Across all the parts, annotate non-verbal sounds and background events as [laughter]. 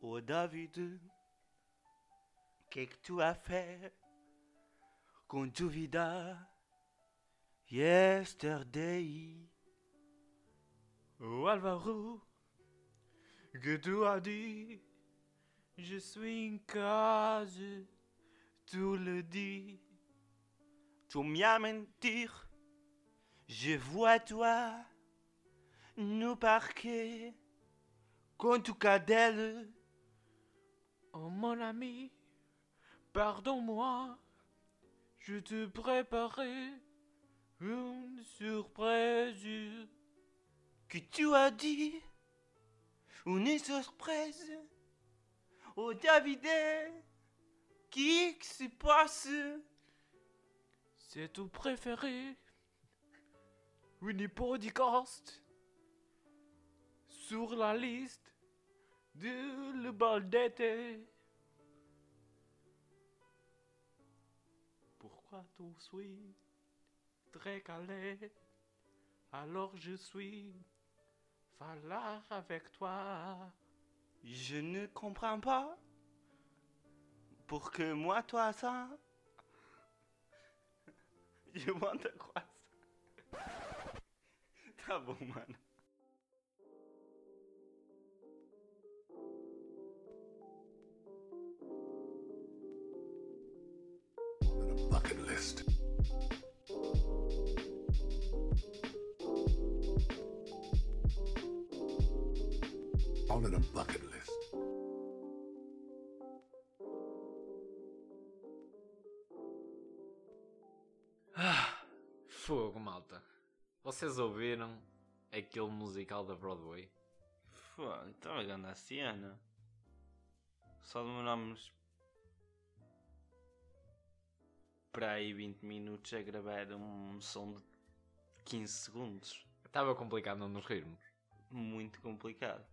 Oh David, que que tu as fait com tu vida yesterday? Oh Alvaro, que tu as dit, je suis en case, tu le dis. Tu m'as mentir, je vois toi, nous parquer, quand tu cadelles. Oh mon ami, pardonne-moi, je te préparais une surprise. que tu as dit une surprise au David qui se passe C'est ton préféré, une podcast sur la liste de le bal d'été. Pourquoi tu suis très calé alors je suis falard avec toi? je ne comprends pas pour que moi toi ça [laughs] je m'en te croise [laughs] tá bom mano bucket list. All in a bucket list. Ah, fogo, malta. Vocês ouviram aquele musical da Broadway? Pô, então é grande a cena só demoramos para aí 20 minutos a gravar um som de 15 segundos Estava complicado não nos rirmos. muito complicado.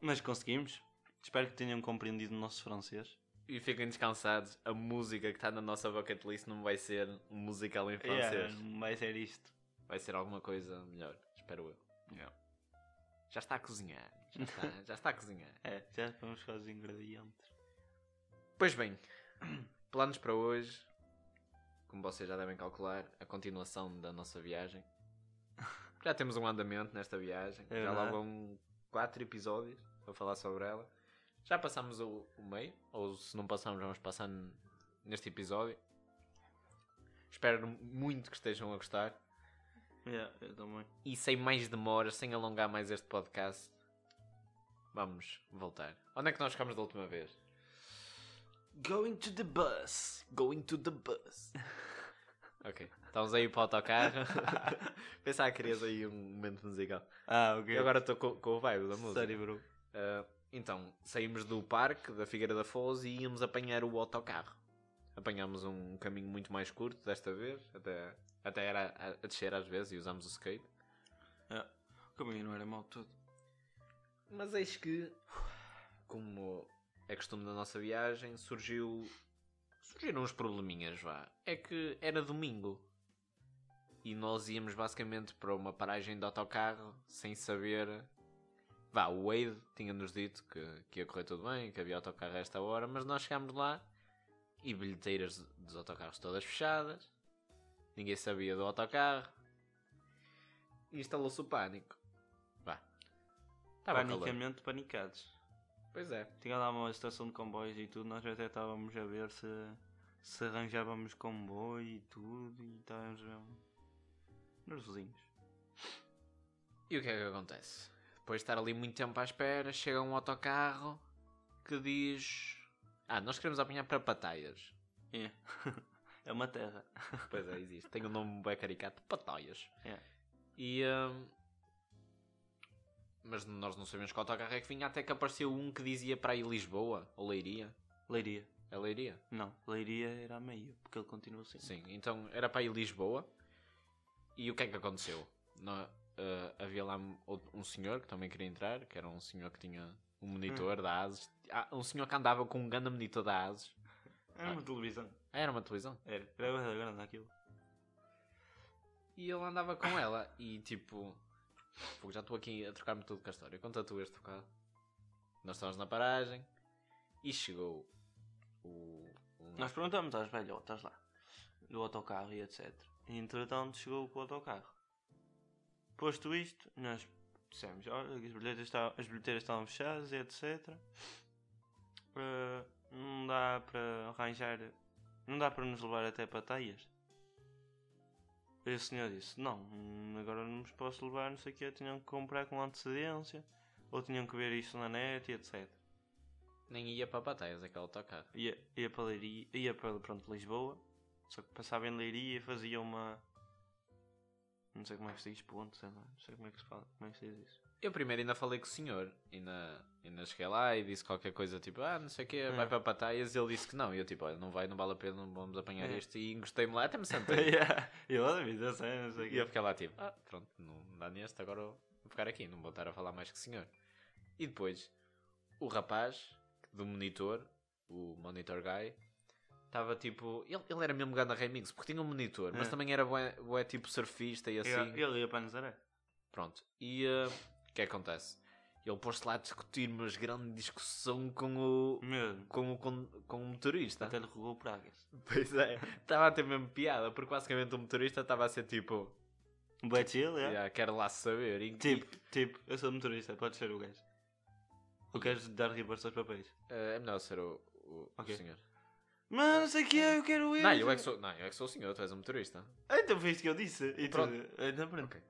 Mas conseguimos. Espero que tenham compreendido o nosso francês. E fiquem descansados, a música que está na nossa bucket list não vai ser um musical em francês. Yeah, vai ser isto. Vai ser alguma coisa melhor, espero eu. Já está a cozinhar, já está, já está a cozinhar. É, já vamos com os ingredientes. Pois bem, [clears throat] planos para hoje, como vocês já devem calcular, a continuação da [laughs] nossa viagem. Já temos um andamento nesta viagem, É já lá verdade. vão quatro episódios para falar sobre ela. Já passamos o, o meio, ou se não passamos, vamos passar n- neste episódio. Espero muito que estejam a gostar. Yeah, É, eu também. E sem mais demoras, sem alongar mais este podcast, vamos voltar. Onde é que nós ficamos da última vez? Going to the bus. Going to the bus. Ok. Estamos aí para o [laughs] autocarro. Pensava que querias aí um momento musical. Ah, ok. Eu agora estou com, com o vibe da música. Sorry, bro. Ah, então, saímos do parque da Figueira da Foz e íamos apanhar o autocarro. Apanhámos um caminho muito mais curto desta vez. Até, até era a, a descer às vezes e usámos o skate. O caminho não era mau todo. Mas eis que, como é costume da nossa viagem, surgiu. Surgiram uns probleminhas, vá. É que era domingo. E nós íamos basicamente para uma paragem de autocarro sem saber. Vá, o Wade tinha-nos dito que, que ia correr tudo bem, que havia autocarro a esta hora, mas nós chegámos lá e bilheteiras dos autocarros todas fechadas. Ninguém sabia do autocarro. E instalou-se o pânico. Vá. Estava Tá calor. Panicamente panicados. Pois é. Tinha lá uma estação de comboios e tudo. Nós até estávamos a ver se, se arranjávamos comboio e tudo. E estávamos mesmo. Nervosinhos. E o que é que acontece? Depois de estar ali muito tempo à espera, chega um autocarro que diz: Ah, nós queremos apanhar para Pataias. É. É uma terra. Pois é, existe. Tem um nome bem caricato: Pataias. É. E. hum, Mas nós não sabíamos qual autocarro é que vinha, até que apareceu um que dizia para ir Lisboa ou Leiria. Leiria. É Leiria? Não, Leiria era a meio, porque ele continua assim. Sim, então era para ir Lisboa. E o que é que aconteceu? Nó- eh, havia lá um, outro- um senhor que também queria entrar, que era um senhor que tinha um monitor da ASUS. Ah, um senhor que andava com um grande monitor da ASUS. Era É uma televisão. Ah, era uma televisão. Era, era bué da grande aquilo. E ele andava com ela. E tipo, "Fogo, já estou aqui a trocar-me todo com a história. Conta tu este bocado. Nós estávamos na paragem e chegou o. o Nós perguntamos às velhotas lá, do autocarro e etc. E entretanto chegou com o autocarro. Posto isto, nós dissemos, olha, as bilheteiras, está, as bilheteiras estavam fechadas e etc. Eh, não dá para arranjar, não dá para nos levar até Pataias. E o senhor disse, não, hum, agora não vos posso levar, não sei o que, tinham que comprar com antecedência, ou tinham que ver isto na net e etc. Nem ia para Pataias é aquele autocarro. ia, ia para Leiria, ia para pronto, Lisboa, só que passava em Leiria e fazia uma. Não sei como é que se diz ponto, sei lá, não sei como é que se fala, como é que se diz [laughs] isso. Eu primeiro ainda falei com o senhor, ainda, ainda cheguei lá e disse qualquer coisa tipo, ah, não sei o quê, É. vai para Pataias. Ele disse que não. E eu tipo, olha, não vai, não vale a pena, não vamos apanhar É. este. E encostei-me lá, até [laughs] me sentei. yeah. Eu admito, eu sei, não sei o E eu quê. fiquei lá tipo, ah, pronto, não dá neste, agora eu vou ficar aqui, não vou estar a falar mais que o senhor. E depois, o rapaz do monitor, o monitor guy, estava tipo, ele, ele era mesmo ganda remix, porque tinha um monitor, mas É. também era bué, bué tipo surfista e assim. Eu- Ele ia para Nazaré. Pronto, e eh, o que é que acontece? Ele pôs-se lá a discutir, mas grande discussão com o, Mesmo. com o, con- com o motorista. Até lhe rogou pragas. [laughs] Pois é, estava a ter mesmo piada, porque basicamente o motorista estava a ser tipo, Bué chill, é? "Ya, quero lá saber. E- Tipo, tipo, eu sou motorista, pode ser o gajo. Ou queres dar reembolso aos papéis? Eh, é melhor ser o, o, o Ok. senhor. Mano, não sei o que é, eu quero ir. Não eu, é que sou, não, eu é que sou o senhor, tu és um motorista. Ah, então foi isto que eu disse. E tu- Pronto. Então pronto. Ok.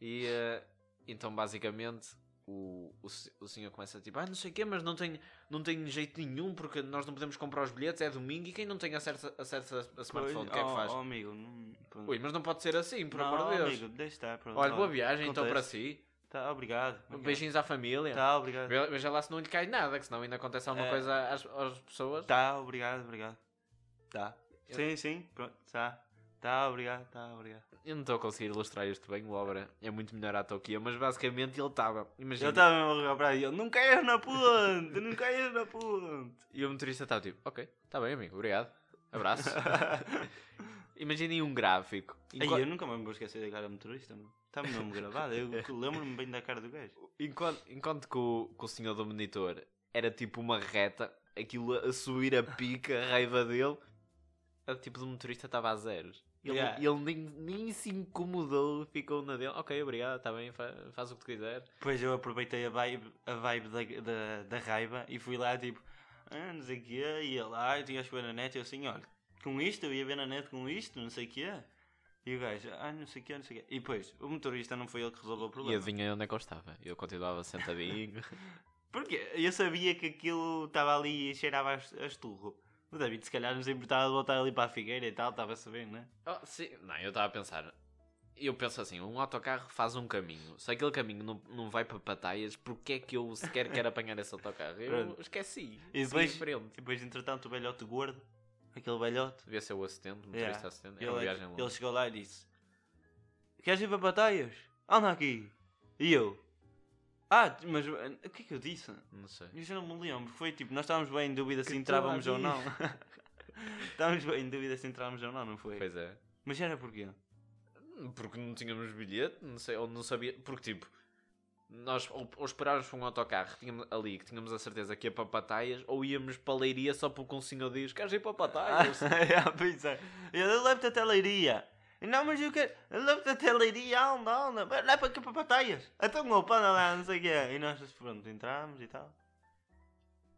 E eh, então basicamente o, o, se- o senhor começa tipo, ah, não sei o quê, mas não tenho, não tenho jeito nenhum porque nós não podemos comprar os bilhetes, é domingo e quem não tem acesso, acesso a smartphone, o que é que Pois, faz? oh, oh, amigo, não- pronto. Ui, mas não pode ser assim, por Não, amor de Deus. amigo, deixa estar, pronto. Olha, boa viagem então para acontece. si. Tá, obrigado. Beijinhos à família. Tá, obrigado. Ve- Veja lá se não lhe cai nada, que senão ainda acontece alguma É. coisa às, às pessoas. Tá, obrigado, obrigado. Tá. Eu- Sim, sim, pronto, tá. Tá, obrigado, tá, obrigado. Eu não estou a conseguir ilustrar isto bem, o obra é muito melhor à Tokia, mas basicamente ele estava. Imagina. Eu estava mesmo a olhar para ele, não caias na ponte, não caias na ponte. E o motorista estava tipo, ok, está bem, amigo, obrigado. [laughs] Abraço. [laughs] Imaginem um gráfico. Aí, Enqua- eu nunca mais me vou esquecer da cara do motorista, mano. Está mesmo gravado, [laughs] eu lembro-me bem da cara do gajo. Enquanto, enquanto que, o, que o senhor do monitor era tipo uma reta, aquilo a subir a pica, a raiva dele, o tipo do motorista estava a zeros. Ele, Yeah. ele nem, nem se incomodou, ficou na dele, ok, obrigado, está bem, fa- faz o que tu quiser. Depois eu aproveitei a vibe, a vibe da, da, da raiva e fui lá, tipo, ah, não sei o quê, ia lá, eu tinha que ver na net, e eu assim, olha, com isto, eu ia ver na net com isto, não sei o quê. E o gajo, ah, não sei o quê, não sei o quê. E depois, o motorista não foi ele que resolveu o E problema. adivinha onde é que eu estava? Eu continuava [laughs] sentadinho. Porque eu sabia que aquilo estava ali e cheirava a es- a esturro. O David, se calhar, nos importava de voltar ali para a Figueira e tal, estava a saber, né? Oh, sim. Não, eu estava a pensar. Eu penso assim, um autocarro faz um caminho. Se aquele caminho não, não vai para Pataias, porque é que eu sequer quero apanhar esse autocarro? Eu Pronto. esqueci. E E depois- depois... frente. E depois, entretanto, o velhote gordo, aquele velhote, Devia ser o assistente, o motorista Yeah. assistente. É uma Ele, viagem longa. ele chegou lá e disse: Queres ir para batalhas? Anda aqui. E eu: Ah, mas eh, o que é que eu disse? Não sei. Eu já não me lembro. Foi tipo: Nós estávamos bem em dúvida se Que entrávamos tu lá ou não. [laughs] estávamos bem em dúvida se entrávamos ou não, não foi? Pois é. Mas era porquê? Porque não tínhamos bilhete, não sei, ou não sabia. Porque tipo, nós ou, ou esperávamos para um autocarro tínhamos, ali que tínhamos a certeza que ia para Pataias, ou íamos para Leiria só porque um senhor diz: Queres ir para Pataias? [laughs] Ah, pois é. Eu levo-te até Leiria. Não, mas eu quero. Eu levo-te até Leiria, anda, anda. vai- Leva aqui para batalhas. Então, meu, pá, anda lá, não sei o que é. E nós, pronto, entramos e tal.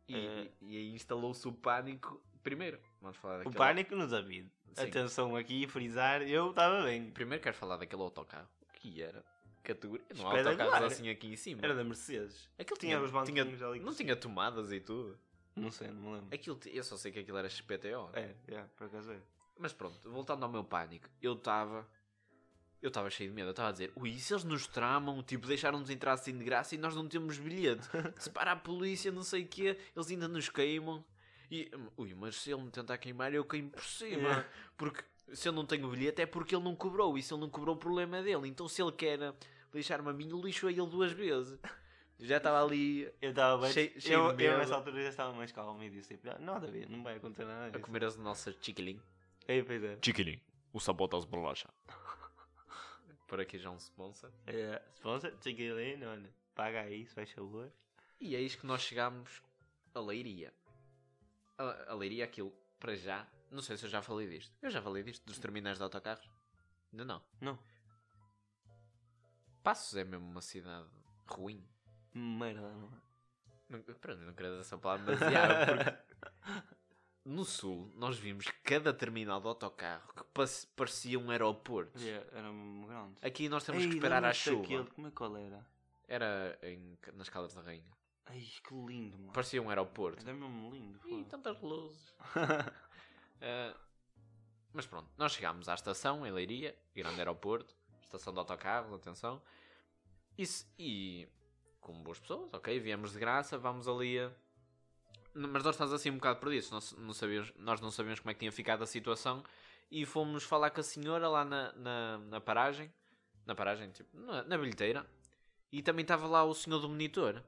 E, Eh. e aí instalou-se o pânico. Primeiro, vamos falar O daquele... pânico no David. Sim. Atenção aqui, frisar, eu estava bem. Primeiro quero falar daquele autocarro. Que era categoria. Não há Espetacular. autocarros assim aqui em cima. Era da Mercedes. Aquilo tinha os tinha, banquinhos ali que Não se- tinha tomadas e tudo. Não sei, não me lembro. Aquilo, ti- eu só sei que aquilo era XPTO. É, é, por acaso é. Mas pronto, voltando ao meu pânico, eu estava. Eu estava cheio de medo, eu estava a dizer, ui, e se eles nos tramam, tipo, deixaram-nos entrar assim de graça e nós não temos bilhete. Se para a polícia, não sei o quê, eles ainda nos queimam. E, hum, ui, mas se ele me tentar queimar, eu queimo por cima. Yeah. Porque se eu não tenho bilhete é porque ele não cobrou. E se ele não cobrou, o problema é dele. Então se ele quer lixar-me a mim, eu lixo a ele duas vezes. Eu já estava ali Eu estava bem. Cheio- cheio eu, de eu medo. nessa altura já estava mais calmo e disse tipo, "Ah, não, David, não vai acontecer nada [laughs] a disso. comer as nossas chiquilinhas. Ei, pois é. Chiquilinho, o sabor das bolachas. Por aqui já um sponsor. é sponsor, cheguei ali, olha, paga aí, se faz favor. E eis que nós chegámos a Leiria. A, a Leiria, aquilo, para já. Não sei se eu já falei disto. Eu já falei disto, dos terminais de autocarros? Ainda não. Não. Passos é mesmo uma cidade ruim. Merda, não é? Não- Pronto, eu não quero usar essa palavra [laughs] demasiado, porque no sul nós vimos cada terminal de autocarro que passe- parecia um aeroporto. Yeah, era um grande. Aqui nós temos que Ei, esperar à lembras-te chuva. daquele? Como é que ele era? Era em, nas Caldas da Rainha. Ai, que lindo, mano. Parecia um aeroporto. Era mesmo lindo. E foda. tantas [laughs] luzes. Ah, mas pronto, nós chegámos à estação em Leiria, grande aeroporto, estação de autocarros, atenção. E, se- e como boas pessoas, ok, viemos de graça, vamos ali a... N- Mas nós estás assim um bocado perdidos, nós não, sabíamos, nós não sabíamos como é que tinha ficado a situação e fomos falar com a senhora lá na, na, na paragem, na paragem, tipo, na, na bilheteira, e também estava lá o senhor do monitor,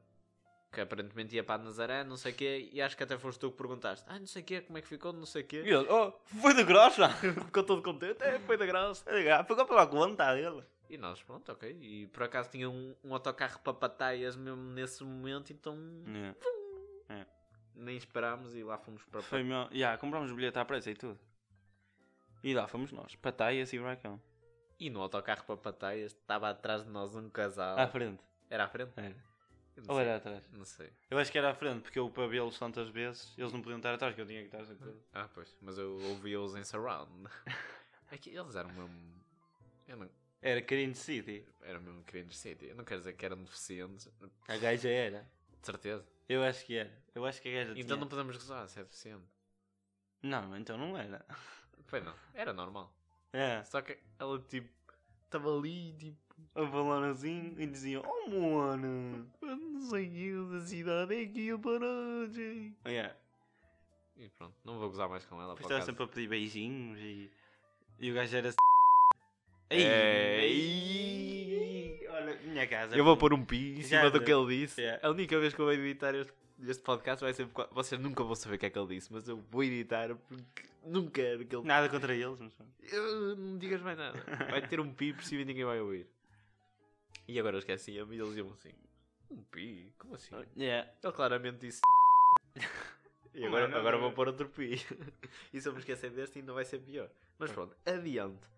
que aparentemente ia para a Nazaré, não sei o quê, e acho que até foste tu que perguntaste, ah, não sei o quê, como é que ficou, não sei o quê. E ele, oh, foi de grossa. [laughs] Ficou todo contente, [laughs] é, foi da graça. Legal, Ficou pela conta dele. E nós, pronto, ok. E por acaso tinha um, um autocarro para pataias mesmo nesse momento, então É. nem esperámos e lá fomos para Foi melhor. Yeah, comprámos o bilhete à pressa e tudo. E lá fomos nós. Pataias e Racão. E no autocarro para pataias estava atrás de nós um casal. À frente. Era à frente? Era. Eu Não Ou sei. era atrás? Não sei. Eu acho que era à frente, porque eu, para vê-los tantas vezes, eles não podiam estar atrás, que eu tinha que estar sempre. Ah, pois. Mas eu ouvi-os [laughs] em surround. É que eles eram mesmo... Eu não... Era Cringe City. Era mesmo cringe city. Eu não quero dizer que eram deficientes. De A gaja era. certeza. Eu acho que era. Eu acho que a gaja Então não tinha. podemos gozar se é deficiente. Não... então não era. Foi não. Era normal. É. Só que ela, tipo... Estava ali, tipo... A balãozinho e diziam, oh mano. Eu não sei eu da cidade, é aqui a paragem. Oh, Yeah. E pronto, não vou gozar mais com ela. Depois estava Por sempre a pedir beijinhos e. E o gajo era. s***. Ei. Ei. Olha, minha casa. Eu vou pôr um pi em é Já cima do sei. que ele disse. Yeah. A única vez que eu vou editar este, este podcast vai ser. porque Vocês nunca vão saber o que é que ele disse, mas eu vou editar porque não quero que ele. Nada contra eles, mas. Eu- não digas mais nada. Vai ter um pi por cima e ninguém vai ouvir. E agora eu esqueci-me e eles iam assim. Um pi? Como assim? Yeah. Ele claramente [laughs] disse. e agora, Mano, agora vou mano. pôr outro pi. e se eu me esquecer deste, ainda vai ser pior. Mas Ah. pronto, adiante.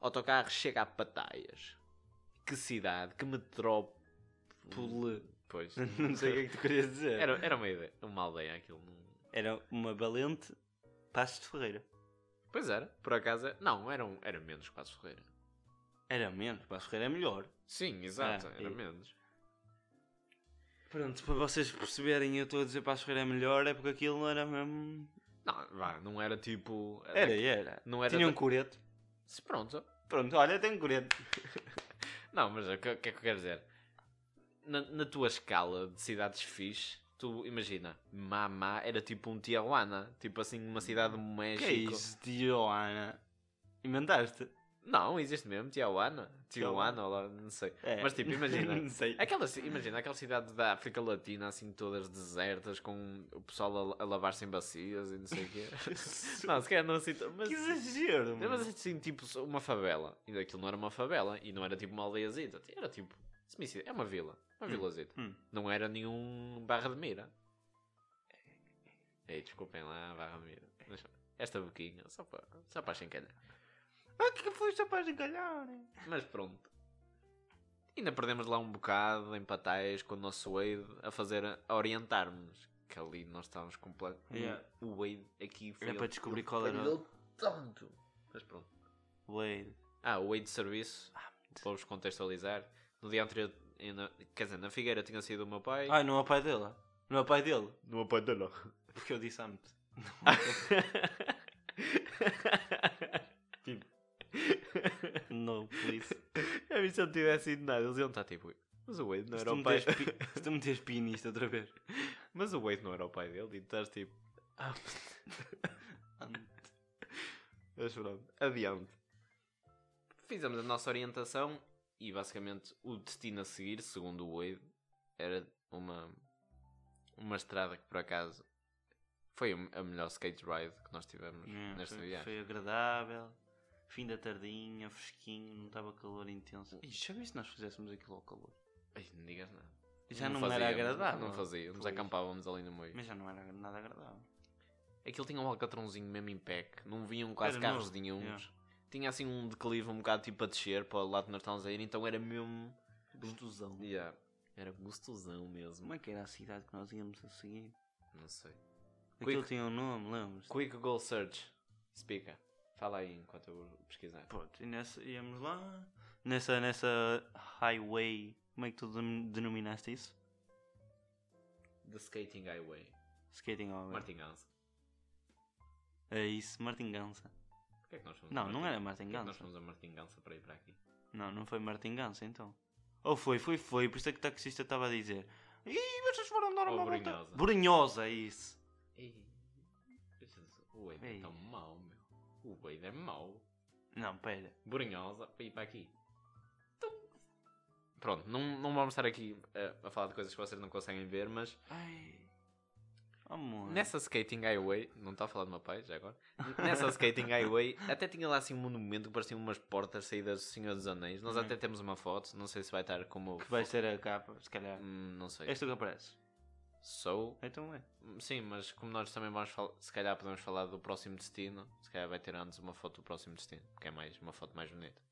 Autocarro chega a Pataias. Que cidade, que metrópole. Pule. Pois. Não sei o que é que tu querias dizer. Era, era uma ideia, uma aldeia aquilo. não- Era uma valente Passo de Ferreira. Pois era, por acaso. era- Não, era, um- era menos que Passo Ferreira. Era menos, Passo de Ferreira é melhor. Sim, exato, Ah, era e- menos. Pronto, para vocês perceberem, eu estou a dizer Passo de Ferreira é melhor, é porque aquilo não era mesmo. Não, vá, não era tipo. Era, era. Não era Tinha um da- coreto. Se pronto. Pronto, olha, tem coreto. Não, mas o que, o que é que eu quero dizer? Na, na tua escala de cidades fixe, tu imagina, Mamá era tipo um Tijuana, tipo assim, uma cidade do Que México. é isso, Tijuana? Inventaste? Não, existe mesmo, Tijuana. Tijuana, ou lá, não sei. É. Mas tipo, não imagina. sei. Aquela, ci- imagina aquela cidade da África Latina, assim, todas desertas, com o pessoal a, a lavar-se em bacias e não sei o [laughs] quê. não, se calhar não assim. tão- Mas, Que exagero, mano. Mas assim, tipo, só uma favela. E aquilo não era uma favela. E não era tipo uma aldeiazita. Era tipo. Smith, é uma vila. Uma vilazita. hum. Não era nenhum Barra de Mira. Ei, desculpem lá, Barra de Mira. Mas esta boquinha, só para, só para chincalhar. Ah, que foi esta página calhar? Mas pronto. Ainda perdemos lá um bocado em Patais com o nosso Wade a fazer, a orientar-nos. Que ali nós estávamos completamente. Yeah. O Wade aqui foi. Era para ele- descobrir ele qual era- falhou tanto. Mas pronto. Wade. Ah, o Wade de serviço. Ah, Vou-vos contextualizar. No dia anterior, em- na- quer dizer, na Figueira tinha sido o meu pai. Ai, não é o pai dela. Não é o pai dele. No meu pai dela. Porque eu disse amo-te. tipo. [laughs] No, [laughs] please. [laughs] A mim se eu não tivesse ido nada, eles iam estar tipo. Mas o Wade não Se era tu o pai. meteres pi- se tu meteres pi nisto outra vez. [laughs] Mas o Wade não era o pai dele e tu estás tipo. Ah, Mas pronto, adiante. Fizemos a nossa orientação e basicamente o destino a seguir, segundo o Wade, era uma, uma estrada que por acaso foi a a melhor skate ride que nós tivemos Yeah, nesta foi, viagem. foi agradável. Fim da tardinha, fresquinho, não estava calor intenso. Ih, já viste se nós fizéssemos aquilo ao calor? Ai, não digas nada. E já não, era fazíamos, agradável. Não fazíamos, Pois. acampávamos ali no meio. Mas já não era nada agradável. Aquilo tinha um alcatrãozinho mesmo em pé, que não vinham quase Era carros novo, nenhums. yeah. Tinha assim um declive um bocado tipo a descer para o lado que nós estávamos a ir, então era mesmo. Gostosão. Yeah. Era gostosão mesmo. Como é que era a cidade que nós íamos a seguir? Não sei. Aquilo Quick. tinha um nome, lembras? Quick Google Search. Explica. Fala aí enquanto eu vou pesquisar. Pronto, e nessa, íamos lá, nessa, nessa highway, como é que tu denom- denominaste isso? The Skating Highway. Skating Highway. Martin Gans. É isso, martingança. Porquê é que nós fomos Não, a não Martin- era Martin Porquê é Gansa. que Nós fomos a Martin Gansa para ir para aqui. Não, não foi martingança então. Ou foi, foi, foi, por isso é que o taxista estava a dizer. Ih, vocês foram dar uma Ou volta. Brunhosa. Brunhosa, é isso. Ei, Jesus, o Wade Ei. é tão mau, meu. O Wade é mau. Não, pera. Borinhosa, para ir para aqui. Então, Pronto, não, não vamos estar aqui eh, a, falar de coisas que vocês não conseguem ver, mas Ai. Amor. nessa skating highway, não está a falar do meu pai já agora, nessa skating highway até tinha lá assim um monumento que pareciam umas portas saídas do Senhor dos Anéis. Nós Hum. até temos uma foto, não sei se vai estar como. Que vai ser a capa, se calhar. Hum, não sei. Esta que aparece. Sou Então é. Sim, mas como nós também vamos falar, se calhar podemos falar do próximo destino, se calhar vai ter antes uma foto do próximo destino, porque é mais uma foto mais bonita.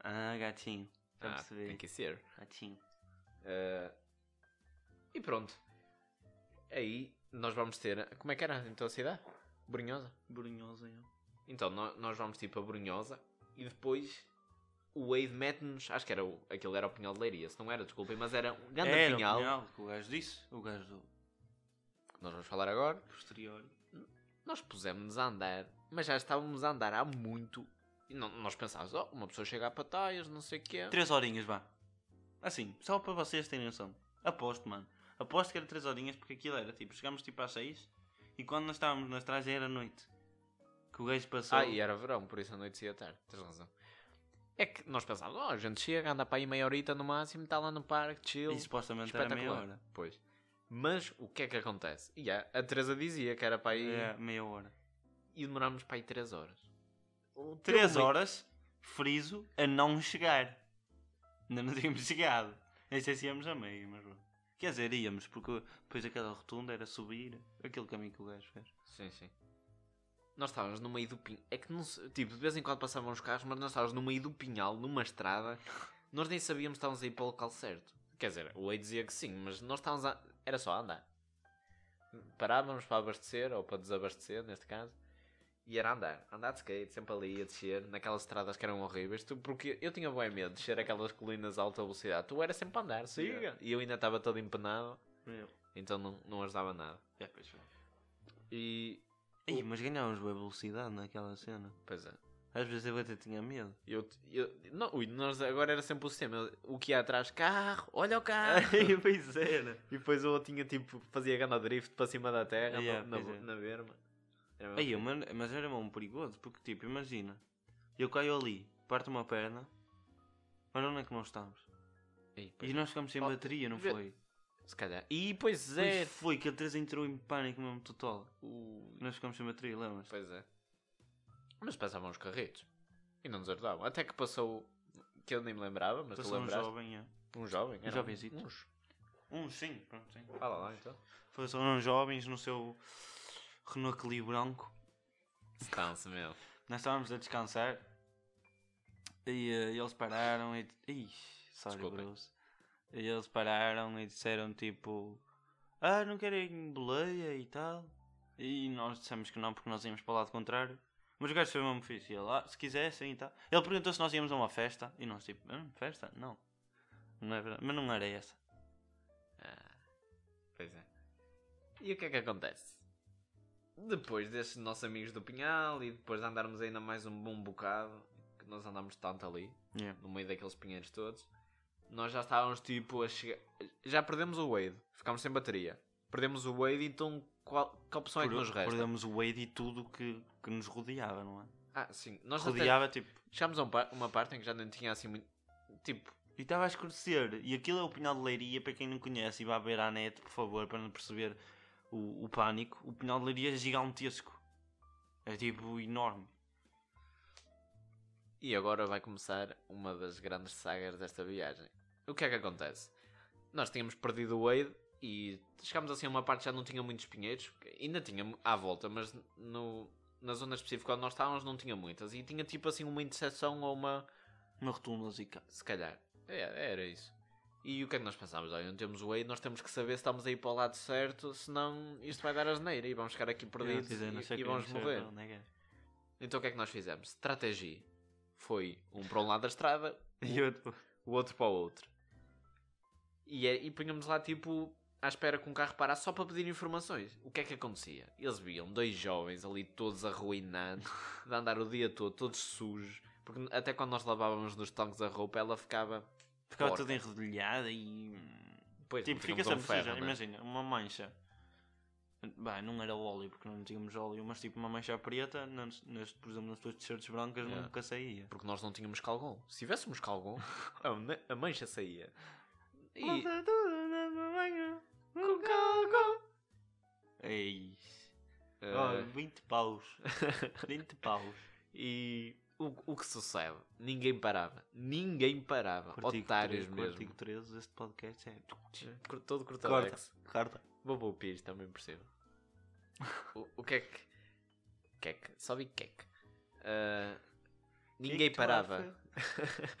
Ah, gatinho. Já Ah, percebi. tem que ser. Gatinho. Eh, e pronto. Aí nós vamos ter. Como é que era então a cidade? Brunhosa. Brunhosa, é. Então nó- nós vamos tipo a Brunhosa e depois o Wade mete-nos. Acho que era o, aquilo era o Pinhal de Leiria, se não era, desculpem, mas era um grande Era o Pinhal. Pinhal, que o gajo disse. O gajo do que Nós vamos falar agora. posterior. Nós pusemos-nos a andar, mas já estávamos a andar há muito. E não- nós pensávamos, oh, uma pessoa chega a Pataias, não sei o quê. Três horinhas, vá. Assim, só para vocês terem noção. Aposto, mano. Aposto que era três horinhas porque aquilo era tipo, chegámos tipo às seis e quando nós estávamos na estrada era noite. Que o gajo passou. Ah, e era verão, por isso a noite ia tarde, tens razão. É que nós pensávamos, oh, a gente chega, anda para aí meia horita no máximo, está lá no parque, chill. E supostamente era meia hora. Pois. Mas o que é que acontece? E a- a Teresa dizia que era para aí. É, meia hora. E demorámos para aí 3 horas. Três Wade- horas, friso, a não chegar. Ainda não tínhamos [laughs] chegado. Nem sei se íamos a meio, mas bom. Quer dizer, íamos, porque depois aquela rotunda era subir aquele caminho que o gajo fez. Sim, sim. Nós estávamos no meio do pinhal. É que não se- Tipo, de vez em quando passavam os carros, mas nós estávamos no meio do pinhal, numa estrada. Nós nem sabíamos que estávamos a ir para o local certo. Quer dizer, o Ei dizia que sim, mas nós estávamos a... Era só a andar. Parávamos para abastecer, ou para desabastecer, neste caso. E era andar. Andar de skate, sempre ali a descer, naquelas estradas que eram horríveis. Tu- Porque eu tinha bem medo de descer aquelas colinas a alta velocidade. Tu era sempre a andar, siga. Yeah. E eu ainda estava todo empenado, então não, não ajudava nada. É, pois foi. E... Ei, mas ganhámos boa velocidade naquela cena. Pois é. Às vezes eu até tinha medo. Eu, eu, não, ui, nós agora era sempre o sistema. eu- O que ia atrás, carro, olha [laughs] o carro. Ai, pois era. [laughs] e depois eu tinha tipo, fazia ganda drift para cima da terra, Yeah, na, pois na, é. na berma. Era Ai, mas, mas era mesmo perigoso, porque tipo, imagina, eu caio ali, parto uma perna, mas onde é que nós estamos? Ei, pois E nós ficamos sem Oh, bateria, não vê- foi? Se calhar. E pois é. Pois foi, que a Teresa entrou em pânico mesmo total. o- Nós ficamos sem bateria, lembras? Pois é. Mas passavam os carretos. E não nos ajudavam. Até que passou. Que eu nem me lembrava, mas Passou tu um lembraste. jovem, é. Um jovem. era jovenzito. Uns. Um, sim, pronto, sim. Fala lá então. Passou uns jovens no seu Renault Clio branco. Stance, meu. Nós estávamos a descansar e eh, eles pararam e. Ih, sorry, Desculpem. Bruce. E eles pararam e disseram tipo: Ah, não querem boleia e tal. E nós dissemos que não, porque nós íamos para o lado contrário. Mas o gajo foi mesmo fixe. E ele, ah, se quisessem e tal. Ele perguntou se nós íamos a uma festa. E nós, tipo, "Hum, festa? Não. Não é verdade. Mas não era essa. Pois é. E o que é que acontece? Depois destes nossos amigos do Pinhal e depois de andarmos ainda mais um bom bocado, que nós andámos tanto ali, no meio daqueles pinheiros todos, nós já estávamos tipo a chegar. Já perdemos o Wade, ficámos sem bateria. Perdemos o Wade, então qual, que opção é que Por- nos resta? Perdemos o Wade e tudo que, que nos rodeava, não é? Ah, sim. Nós até Rodeava, tipo, chegámos a um par- uma parte em que já não tinha assim muito. Tipo, E estava a escurecer. E aquilo é o Pinhal de Leiria, para quem não conhece, e vá ver à net, por favor, para não perceber o, o pânico. O Pinhal de Leiria é gigantesco. É tipo enorme. E agora vai começar uma das grandes sagas desta viagem. O que é que acontece? nós tínhamos perdido o Wade e chegámos assim a uma parte que já não tinha muitos pinheiros, que ainda tinha mu- à volta, mas no, na zona específica onde nós estávamos não tinha muitas e tinha tipo assim uma interseção ou uma. Uma rotunda musical. Se calhar. É, era isso. E o que é que nós pensámos? Olha, não temos o Wade, nós temos que saber se estamos aí para o lado certo, senão isto vai dar asneira e vamos ficar aqui perdidos Eu não sei e, e que- vamos não sei morrer. onde é que é. Então o que é que nós fizemos? Estratégia. Foi um para um lado da estrada, [laughs] E tipo, outro. o outro para o outro. E, é- e punhamos lá, tipo, à espera que um carro parasse só para pedir informações. O que é que acontecia? Eles viam dois jovens ali todos arruinados, [laughs] de andar o dia todo, todos sujos. Porque até quando nós lavávamos nos tanques a roupa, ela ficava... Ficava porca. toda enredilhada e. Pois, Tipo, não tinha fica sempre botão de ferro, suja, não é? imagina, uma mancha. Bem, não era óleo, porque não tínhamos óleo, mas tipo uma mancha preta, nas, nas, por exemplo, nas tuas t-shirts brancas Yeah. nunca saía. Porque nós não tínhamos calgon. Se tivéssemos [laughs] calgon, a, ma- a mancha saía. E... é um Com calgon. Ei, Eh, olha, 20 paus, 20 [laughs] paus. E o, o que sucede? Ninguém parava. Ninguém parava. Otários treze- mesmo. Artigo 13 deste podcast é... Cor- Todo cortado. Corta. Alex. Carta. Bobo Pires também [laughs] percebo. o, o que é que. Que é que? Só vi que é que. Ah, ninguém que tu parava. [laughs]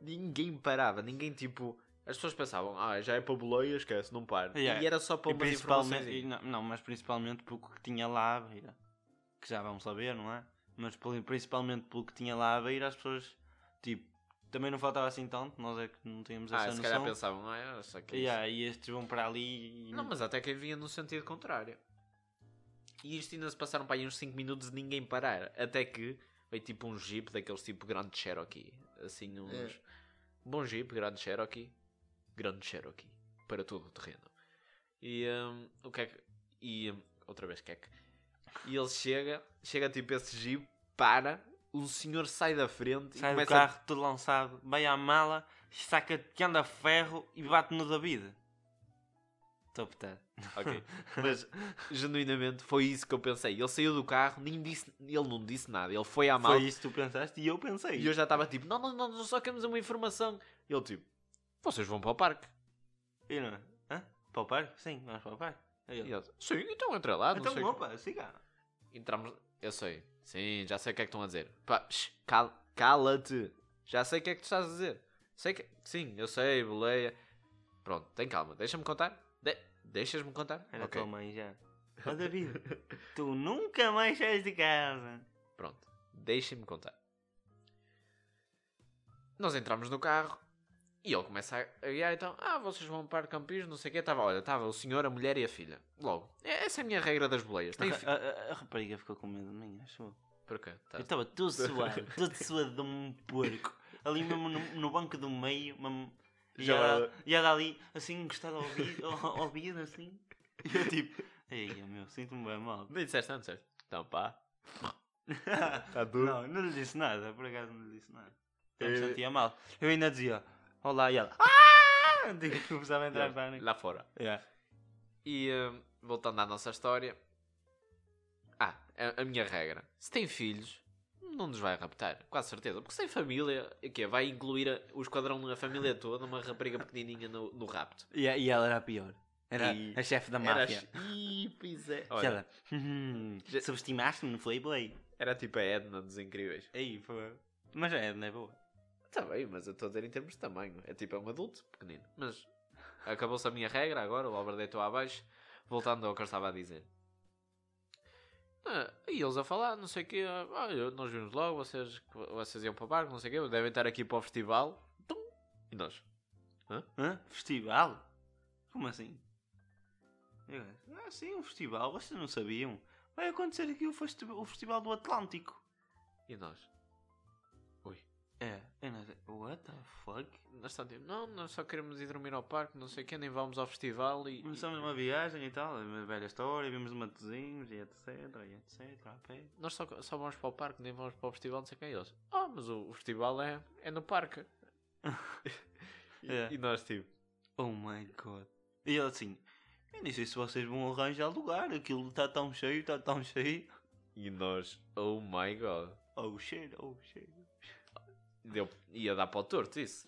ninguém parava. Ninguém tipo. As pessoas pensavam, ah, já é para boleia, esquece, não para. Yeah. E era só para E umas principalmente, e informações. não, não, mas principalmente pelo que tinha lá à beira. Que já vamos saber, não é? Mas pelo- principalmente pelo que tinha lá à beira, as pessoas, tipo, também não faltava assim tanto, nós é que não tínhamos essa Ah, se calhar noção. pensavam, ah, era só que E isso. aí estes vão para ali e... Não, mas até que havia no sentido contrário. E isto ainda se passaram para aí uns 5 minutos de ninguém parar. Até que veio tipo um jeep daqueles tipo grande Cherokee. Assim uns... É. Bom jeep, grande Cherokee. Grande Cherokee. Para todo o terreno. E hum, o que é que... E hum, outra vez que é que... E ele chega, chega tipo esse jeep, para... O senhor sai da frente e Sai do começa carro, todo lançado, vai à mala, saca que anda ferro e bate no David. Estou a petar. Ok. Mas genuinamente foi isso que eu pensei. Ele saiu do carro, nem disse, ele não disse nada. Ele foi à mala Foi isso que tu pensaste e eu pensei. e eu já estava tipo, não, não, não, nós só queremos uma informação. Ele tipo, vocês vão para o parque. E não, é? hã? Para o parque? Sim, vamos para o parque. Aí eu, E ele, sim, então entra lá, não então, sei. o quê." opa, siga. Entramos, eu sei. Sim, já sei o que é que estão a dizer. Pá, psh, cal- cala-te. Já sei o que é que tu estás a dizer. Sei que, sim, eu sei, boleia. Pronto, tem calma, deixa-me contar. De- Deixas-me contar? Era Ok. tua mãe já. Ó [laughs] David, tu nunca mais sais de casa. Pronto, deixem-me contar. Nós entramos no carro e ele começa a a guiar. Então, ah, vocês vão para Campos, não sei o quê. Estava, olha, estava o senhor, a mulher e a filha. Logo, é- essa é a minha regra das boleias. [laughs] Tem fi... A, a- a rapariga ficou com medo de mim, achou? Porquê? Tá. Eu estava [laughs] todo suado, todo suado de um porco. Ali mesmo no, no banco do meio, mesmo, e Já ela e ela ali, assim, encostada ao ouvido, ao, ao ouvido, assim. E eu tipo, ei, meu, sinto-me bem mal. Nem disseste, não disseste? Então, pá. [laughs] Tá Não, não lhe disse nada, por acaso não lhe disse nada. Eu me Eh. sentia mal. Eu ainda dizia, olá, e ela, ah! [laughs] Tipo, começava a entrar em pânico. Lá fora. Yeah. E hum, voltando à nossa história. Ah, a, a minha regra. Se tem filhos, não nos vai raptar, quase certeza. Porque se tem família, o quê? Vai incluir a- o esquadrão da família toda, uma rapariga pequenininha no, no rapto. E, e ela era a pior. Era E- a chefe da Era máfia. ch- Ih, pois é. Olha. Olha, Ela, [laughs] "Hum, Já- subestimaste-me no Playboy. era tipo a Edna dos Incríveis. Aí, foi. Mas a Edna é boa. Está bem, mas eu estou a dizer em termos de tamanho. É tipo, é um adulto pequenino. Mas acabou-se a minha regra agora, o Albert deitou abaixo. Voltando ao que eu estava a dizer. Ah, e eles a falar, não sei o quê. ah, Olha, nós vimos logo, vocês, vocês iam para o barco, não sei o quê. Devem estar aqui para o festival. Tum! E nós? Hã? Festival? Como assim? Eu, ah, sim, um festival. Vocês não sabiam? Vai acontecer aqui o, festi- o Festival do Atlântico. E nós? Ui. É. Eu não sei. What the fuck? Nós estamos tipo, não, nós só queremos ir dormir ao parque, não sei o quê, nem vamos ao festival e... Começamos uma viagem e tal. Uma velha história. Vimos matozinhos e etc. E etc. A pé. nós só, só vamos para o parque, nem vamos para o festival, não sei quem é eles. Ah, mas o, o festival é, é no parque. [laughs] e, É. e nós, tipo, Oh my god. E ele assim... Eu nem sei se vocês vão arranjar lugar. Aquilo está tão cheio, está tão cheio. e nós, oh my god. Oh shit, oh shit. Deu, ia dar para o torto isso.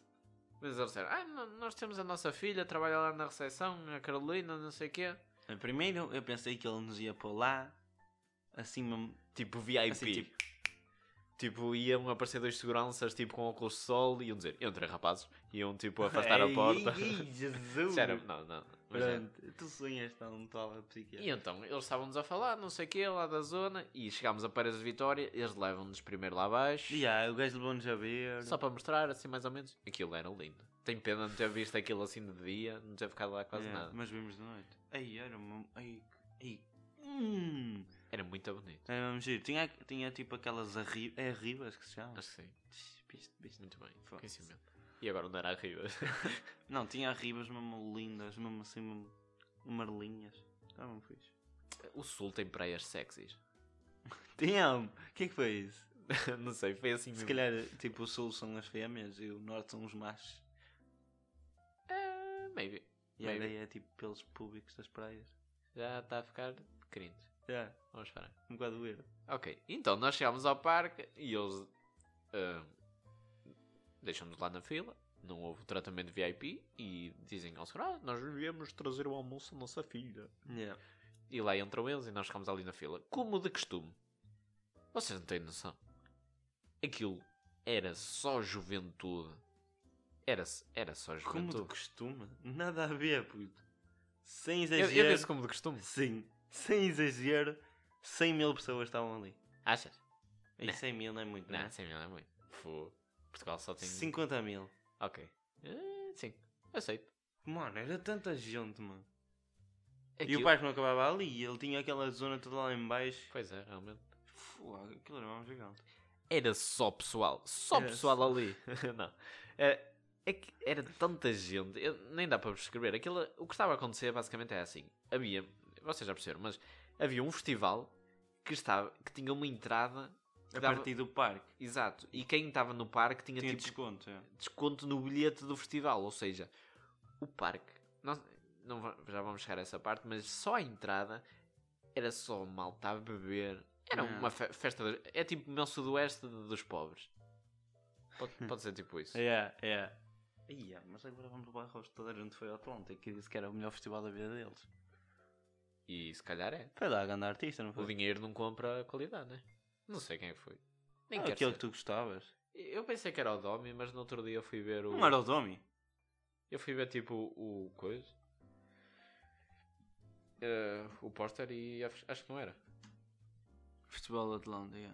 Mas eles disseram, ah, n- nós temos a nossa filha, trabalha lá na recepção, a Carolina, não sei o quê. Eu Primeiro eu pensei que ele nos ia pôr lá, assim mesmo. Tipo VIP. Assim, tipo... tipo- iam aparecer dois seguranças, tipo, com óculos de sol, iam dizer, entre rapazes, iam, tipo, afastar a porta. Ei, ei, [laughs] Jesus! Sério, não, não. mas é. Pronto, tu sonhas estar num tal E psiquiatra. então, eles estavam-nos a falar, não sei o quê, lá da zona, e chegámos a Paredes de Vitória, eles levam-nos primeiro lá abaixo, E ah, o gajo levou-nos a ver. só para mostrar, assim, mais ou menos. Aquilo era lindo. Tenho pena de não ter visto aquilo assim de dia, não ter ficado lá quase É, nada. Mas vimos de noite. Ei, era um. Ei, ei. Hum, Era muito bonito. era É mesmo giro. Tinha, tinha tipo aquelas arri... é arribas que se chamam. Acho que sim. Viste, viste? Muito bem. Foda-se. Conhecimento. E agora onde era a Rivas? Não, tinha arribas mesmo lindas, mesmo assim, mesmo marlinhas. Estavam fixe. [laughs] o Sul tem praias sexys. [laughs] Tinha! O que é que foi isso? não sei, foi assim Se mesmo. calhar, tipo, o sul são as fêmeas e o norte são os machos. Ah, maybe. E Maybe. aí é tipo pelos públicos das praias. Já está a ficar cringe. É, Vamos parar. um bocado weird. Ok, então nós chegámos ao parque e eles ah, deixam-nos lá na fila. Não houve tratamento VIP e dizem ao senhor: Ah, nós viemos trazer o almoço à nossa filha. Yeah. E lá entram eles e nós ficamos ali na fila. Como de costume. Vocês não têm noção. Aquilo era só juventude. Era, era só Como de juventude. costume, nada a ver, puto. Sem Eu, exagero. eu disse como de costume. Sim, sem exagero, 100 mil pessoas estavam ali. Achas? E Não. 100 mil não é muito, não Não, é? 100 mil é muito. Fô. Portugal só tem. 50 mil. Ok. Ah, sim, aceito. Mano, era tanta gente, mano. E Aquilo- o parque não acabava ali, ele tinha aquela zona toda lá em baixo. Pois é, realmente. Fua, Aquilo era um gigante. Era só pessoal. Só Era pessoal só- ali. [laughs] não. É, é que era tanta gente. eu- nem dá para descrever. Aquilo, o que estava a acontecer basicamente é assim. Havia, vocês já perceberam, mas havia um festival que, estava, que tinha uma entrada. que A dava- partir do parque. Exato. E quem estava no parque tinha, Tinha tipo, desconto, é. desconto no bilhete do festival. Ou seja, o parque. Nós, não, va- já vamos chegar a essa parte, mas só a entrada era só malta a beber. Era Não. uma fe- festa. de- é tipo o meu sudoeste de- dos pobres. [laughs] Pode, pode ser tipo isso. É, é. Ia, mas agora vamos levar rosto. Toda a gente foi ao Atlântico que disse que era o melhor festival da vida deles. E se calhar é. Foi lá a grande artista, não O foi? Ah, dinheiro não compra a qualidade, né? Não sei quem é que foi. Nem Ah, quero aquele saber. que tu gostavas. Eu pensei que era o Domi, mas no outro dia eu fui ver o. Não era o Domi. Eu fui ver tipo o coisa. Eh, o póster e acho acho que não era. Festival do Atlântico.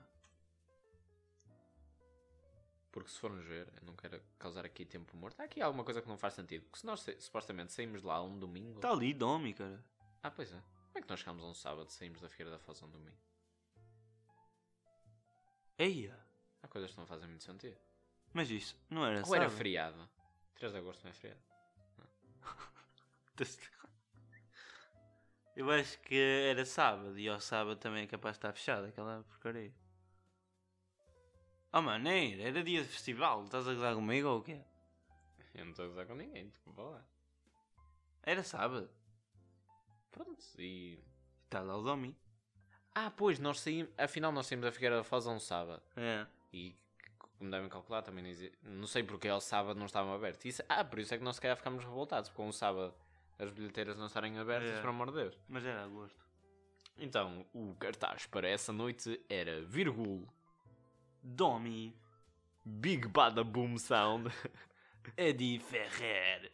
Porque se formos ver, eu não quero causar aqui tempo morto. Há aqui alguma coisa que não faz sentido. Porque se nós sa- supostamente saímos lá um domingo. Está Tá ali Domi, cara. Ah, pois é. Como é que nós chegámos a um sábado e saímos da Feira da Foz a um domingo? Eia. Há coisas que não fazem muito sentido. Mas isso, não era Ou era sábado? feriado? 3 de agosto não é feriado? [laughs] Eu acho que era sábado e ao sábado também é capaz de estar fechado aquela porcaria. Oh mano, nem era, era dia de festival, estás a gozar comigo ou o quê? Eu não estou a gozar com ninguém, tipo, vá lá. Era sábado. Pronto, e. Está lá o Domi. Ah, pois, nós saímos. Afinal, nós saímos da Figueira da Foz a um sábado. É. E como devem calcular, também não, exi- não sei porque ao sábado não estavam abertos. Isso- Ah, por isso é que nós se calhar ficámos revoltados, porque um sábado as bilheteiras não estarem abertas, É. por amor de Deus. Mas era agosto. Então, o cartaz para essa noite era Virgul, Domi. Big Bada Boom Sound. [laughs] Eddie é Ferrer.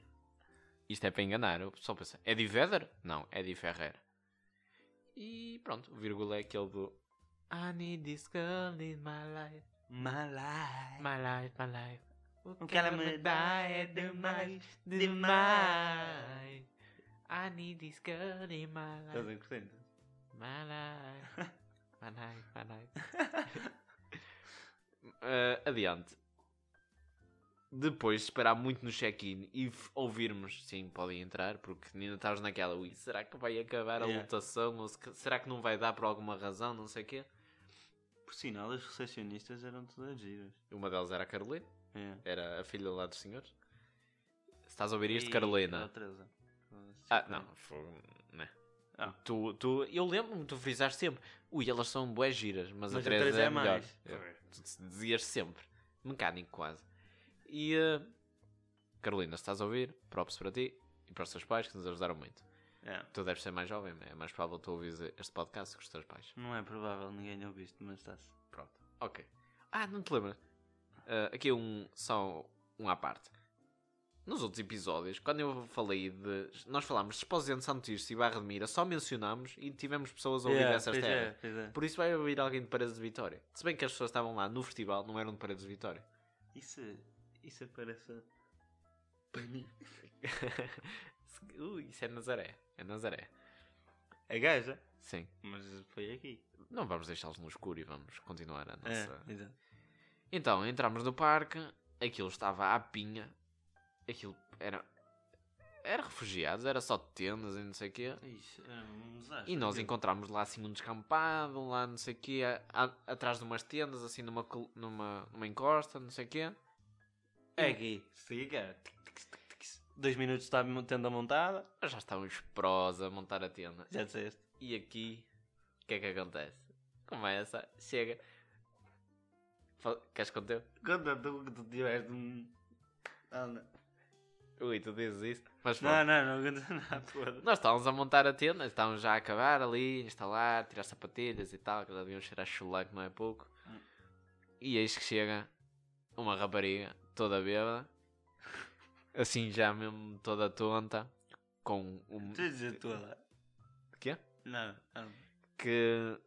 Isto é para enganar, eu só pensei. Eddie Vedder? Não, Eddie Ferrer. E pronto, o Virgul é aquele do I need this girl in my life, Malai. my life, my life. O que ela me dá é demais. demais. I need this girl in my Estás a curtir? My [laughs] life. My life, my life. [laughs] Eh, adiante. Depois de esperar muito no check-in e f- ouvirmos, sim, podem entrar, porque ainda estás naquela, ui, será que vai acabar a Yeah. lotação? Ou se que- será que não vai dar por alguma razão? Não sei o quê. Por sinal, as recepcionistas eram todas giras. Uma delas era a Carolina, É. era a filha lá dos senhores. Se estás a ouvir isto, Carolina. Ah, não, fogo, né. Ah. Tu, tu, eu lembro-me, tu frisaste sempre. Ui, elas são boas giras, mas, Mas a Teresa é, melhor. mais. É. tu dizias sempre. Mecânico, quase. E eh, Carolina, se estás a ouvir, props para ti e para os teus pais que nos ajudaram muito. É. Tu deves ser mais jovem, é mais provável tu ouvires este podcast que os teus pais. Não é provável ninguém ouve isto, mas está-se. Pronto. Ok. Ah, não te lembras? Ah, aqui é um, só um à parte. Nos outros episódios, quando eu falei de. Nós falámos de Esposente, Santos e Barra de Mira, só mencionámos e tivemos pessoas a ouvir Yeah, dessas pois terras. é, pois é. Por isso vai ouvir alguém de Paredes de Vitória. Se bem que as pessoas que estavam lá no festival, não eram de Paredes de Vitória. Isso, isso aparece para mim. [laughs] Ui, isso é Nazaré. É Nazaré. A gaja? Sim. Mas foi aqui. Não vamos deixá-los no escuro e vamos continuar a nossa. É, exato. Então, entramos no parque, aquilo estava à pinha, aquilo era. Era refugiados, era só tendas e não sei o quê. Isso, era um desastre. E nós aquilo. encontramos lá assim um descampado, lá não sei o quê, a- atrás de umas tendas, assim numa, col- numa, numa encosta, não sei o quê. É aqui. Siga. Tic, tic, tic, tic. Dois minutos está a tenda montada. Já estávamos prós a montar a tenda. Já disseste. E aqui, o que é que acontece? Começa, chega. Fa- Queres contar? Conta tu que tu tiveste um. Anda. Ui, tu dizes isso. Mas pronto. Não, não, não conta nada. [laughs] foda-se. Nós estávamos a montar a tenda, estávamos já a acabar ali, instalar, tirar sapatilhas e tal, que já deviam cheirar chuleco, não é pouco. Hum. E eis que chega uma rapariga, toda bêbada, assim já mesmo toda tonta, com um. Tu dizes toda. Quê? Não, não. Que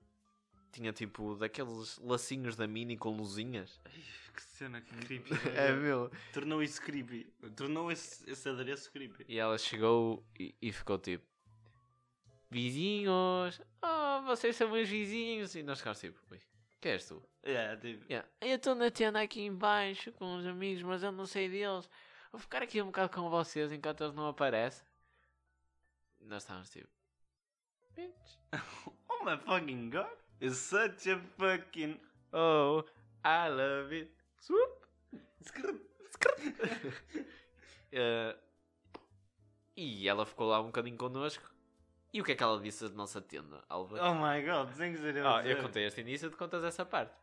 tinha tipo daqueles lacinhos da mini com luzinhas. Ai, que cena que creepy. É meu. Tornou isso creepy. Tornou esse, esse adereço creepy. E ela chegou e, e ficou tipo: Vizinhos, oh, vocês são meus vizinhos. E nós ficámos tipo: Ui, que és tu? É, tipo. Yeah. Eu estou na tenda aqui embaixo com os amigos, mas eu não sei deles. Vou ficar aqui um bocado com vocês enquanto eles não aparecem. Nós estávamos tipo. Bitch. Oh my fucking god. It's such a fucking. Oh, I love it. Swoop. Eh, e ela ficou lá um bocadinho connosco. E o que é que ela disse da nossa tenda, Alva? Oh my god, sem que ser eu. a Ah, eu dizer. contei este início, tu contas essa parte.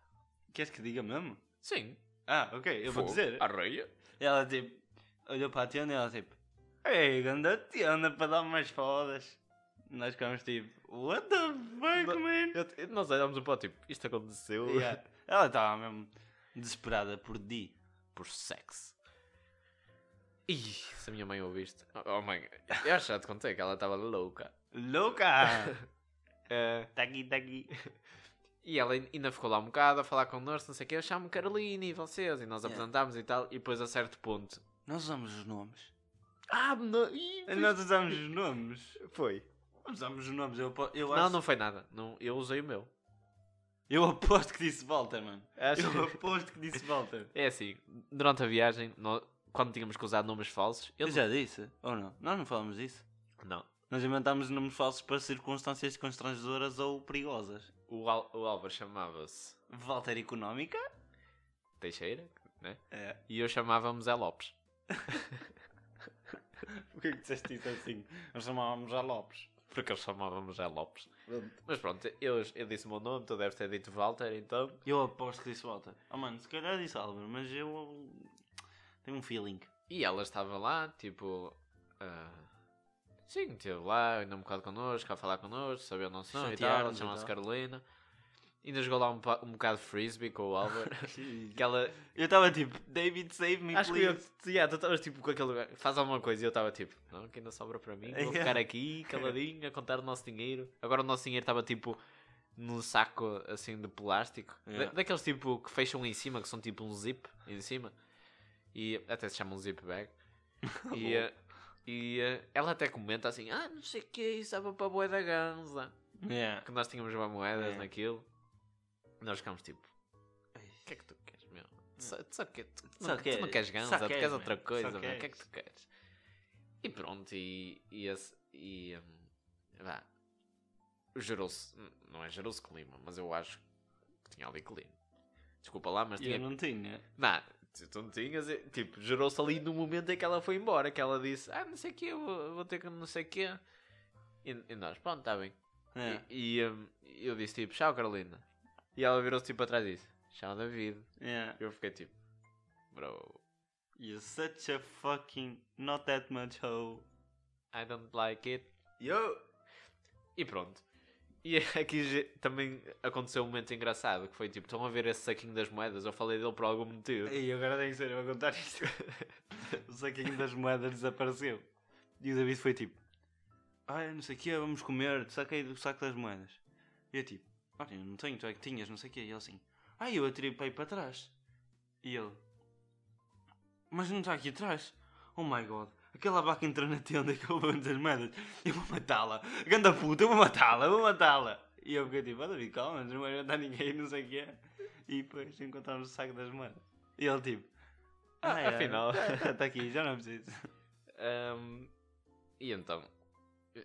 Queres que diga mesmo? Sim. Ah, ok, eu vou Fogo. dizer. Arreia. Ela tipo, olhou para a tenda e ela tipo, ei, ganda tenda para dar umas fodas. Nós ficamos tipo, what the fuck, Não- man? Eu- eu- Nós olhámos um pouco tipo, isto aconteceu. Yeah. Ela estava mesmo desesperada por ti. [laughs] por sexo. Ih, se a minha mãe ouviste. Oh, oh mãe, eu acho que já te contei que ela estava louca. [laughs] Louca! Eh, Está aqui, está aqui. e ela ain- ainda ficou lá um bocado a falar connosco, não sei o quê. Eu chamo Carolina e vocês, e nós apresentámos e tal. E depois a certo ponto. Nós usamos os nomes. Ah, não. ih, pois- Nós usamos os nomes. Foi. Usamos os nomes, eu, apo- eu acho. Não, não foi nada. Não, eu usei o meu. Eu aposto que disse Walter, mano. Acho- Eu aposto que disse Walter. [laughs] É assim, durante a viagem, nó- quando tínhamos que usar nomes falsos, eu Eu já disse, ou não? Nós não falamos disso. Não. Nós inventámos nomes falsos para circunstâncias constrangedoras ou perigosas. O, Al, o Álvaro chamava-se Walter Económica? Teixeira, né? É. E eu chamava-me Zé Lopes. Porquê que disseste isso assim? Nós chamávamos a Lopes. Porque eles chamavam-me Zé Lopes. Mas pronto, eu, eu disse o meu nome, tu deves ter dito Walter, então. Eu aposto que disse Walter. Oh mano, se calhar disse Álvaro, mas eu. Tenho um feeling. E ela estava lá, tipo. ah, sim, esteve lá, ainda um bocado connosco, a falar connosco, sabia o nosso nome e tal, ela Chatear-nos e chamava-se tal. Carolina. Ainda jogou lá um, pa- um bocado de frisbee com o Álvaro. [laughs] que ela. Eu estava tipo, David, save me, Acho que eu. please. yeah, tu estavas tipo com aquele lugar, faz alguma coisa e eu estava tipo, não, que ainda sobra para mim, vou Yeah. ficar [laughs] aqui, caladinho, a contar o nosso dinheiro. Agora o nosso dinheiro estava tipo num saco assim de plástico, Da- Yeah. daqueles tipo que fecham em cima, que são tipo um zip em cima, e até se chama um zip bag. [laughs] Oh. e eh, e eh, ela até comenta assim: ah, não sei o que, isso dava para a boia da ganza. Yeah. Que nós tínhamos uma moedas É. naquilo, nós ficámos tipo, o que é que tu queres, meu? Tu Só, tu só que, tu, tu Hum. Só não, tu não queres. queres ganza, Só tu queres queres, outra man. coisa, Só meu, o que é que queres. tu queres? E pronto, e, e, esse, e hum, vá, gerou-se, não é gerou-se clima, mas eu acho que tinha ali clima. Desculpa lá, mas tinha. Eu não tinha. Não, tu, tu não tinhas, eh, tipo, gerou-se ali no momento em que ela foi embora, que ela disse, ah, não sei o quê, eu vou, vou ter que não sei o quê. E, e nós, pronto, está bem. É. E, e, hum, eu disse tipo, tchau Carolina. E ela virou-se tipo atrás e disse, tchau David. Yeah. Eu fiquei tipo, bro. You're such a fucking not that much hoe. I don't like it. Yo! E pronto. E [laughs] aqui ge- também aconteceu um momento engraçado, que foi tipo, estão a ver esse saquinho das moedas? Eu falei dele por algum motivo. E agora tenho que ser eu a contar isto. [laughs] o saquinho das moedas desapareceu. E o David foi tipo: Ai, não sei o que, vamos comer, saquei do saco das moedas. E eu tipo: Olha, eu não tenho, tu é que tinhas, não sei o que. E ele assim: Ai, eu atirei para aí para trás. E ele: Mas não está aqui atrás. Oh my god, aquela vaca entrou na tenda que roubou as moedas. Eu vou matá-la, ganda puta, eu vou matá-la, eu vou matá-la. E eu fiquei tipo: "Ah, David, calma, não vai matar ninguém, não sei o que. E depois encontramos o saco das moedas. E ele tipo. [laughs] Ah, [laughs] afinal." Está aqui, já não preciso. Ahm, e então...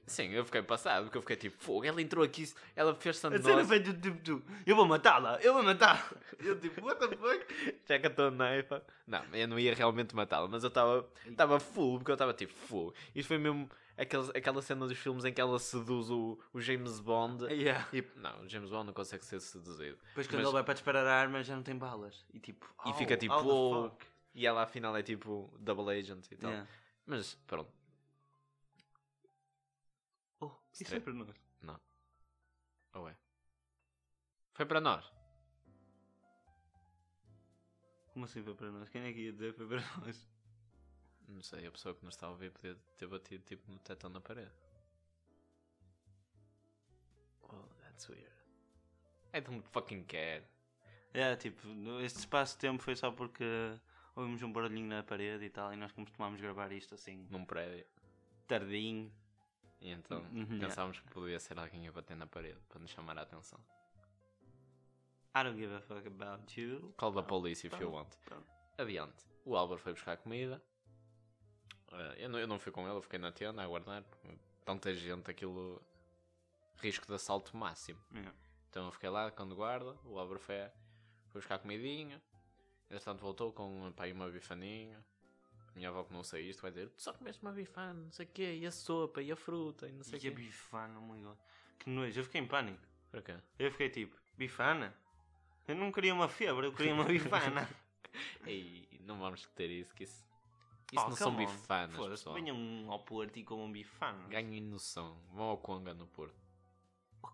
Sim, eu fiquei passado, porque eu fiquei tipo, fogo, ela entrou aqui, ela fez A cena sandosa. foi do tipo tu, eu vou matá-la, eu vou matá-la. Eu tipo, what the fuck? Já que eu estou na EFA. Não, eu não ia realmente matá-la, mas eu estava estava full, porque eu estava tipo full. Isto foi mesmo aqueles, aquela cena dos filmes em que ela seduz o, o James Bond. Yeah. E, não, o James Bond não consegue ser seduzido. Depois quando Mas- ele vai para disparar a arma já não tem balas. E tipo, E oh, fica tipo, how the "Oh", fuck? Então, E ela afinal é tipo double agent e tal. Yeah. Mas pronto. Oh, isso é Estranho. para nós. Não. Ou é? Foi para nós. Como assim foi para nós? Quem é que ia dizer foi para [laughs] nós? Não sei, a pessoa que nos está a ouvir podia ter batido tipo no teto ou na parede. Oh, that's weird. É I don't fucking care. É, tipo, no- este espaço de tempo foi só porque ouvimos um barulhinho na parede e tal, e nós costumámos gravar isto assim, Num prédio. tardinho. E então Uhum, yeah. pensámos que podia ser alguém a bater na parede para nos chamar a atenção. I don't give a fuck about you. Call the police if Então. you want. pronto. Adiante. O Álvaro foi buscar comida. Eh, Eu não, eu não fui com ele, eu fiquei na tenda a guardar. Tanta gente, aquilo. risco de assalto máximo. Yeah. Então eu fiquei lá quando guarda. O Álvaro foi, foi buscar comidinha. Entretanto voltou com pá, aí uma bifaninha. Minha avó que não sei isto vai dizer: "Tu só comeste uma bifana, não sei o quê, e a sopa, e a fruta, e não sei é. o E a quê. bifana, oh my god. Que nojo, eu fiquei em pânico. Para quê? Eu fiquei tipo, bifana? Eu não queria uma febre, eu queria uma [laughs] bifana. Ei, não vamos ter isso, que isso. Isso não são bifanas, Oh, Foda-se, um. pessoal. venham ao Porto e comam bifana. Ganhem noção. Vão ao Conga no Porto.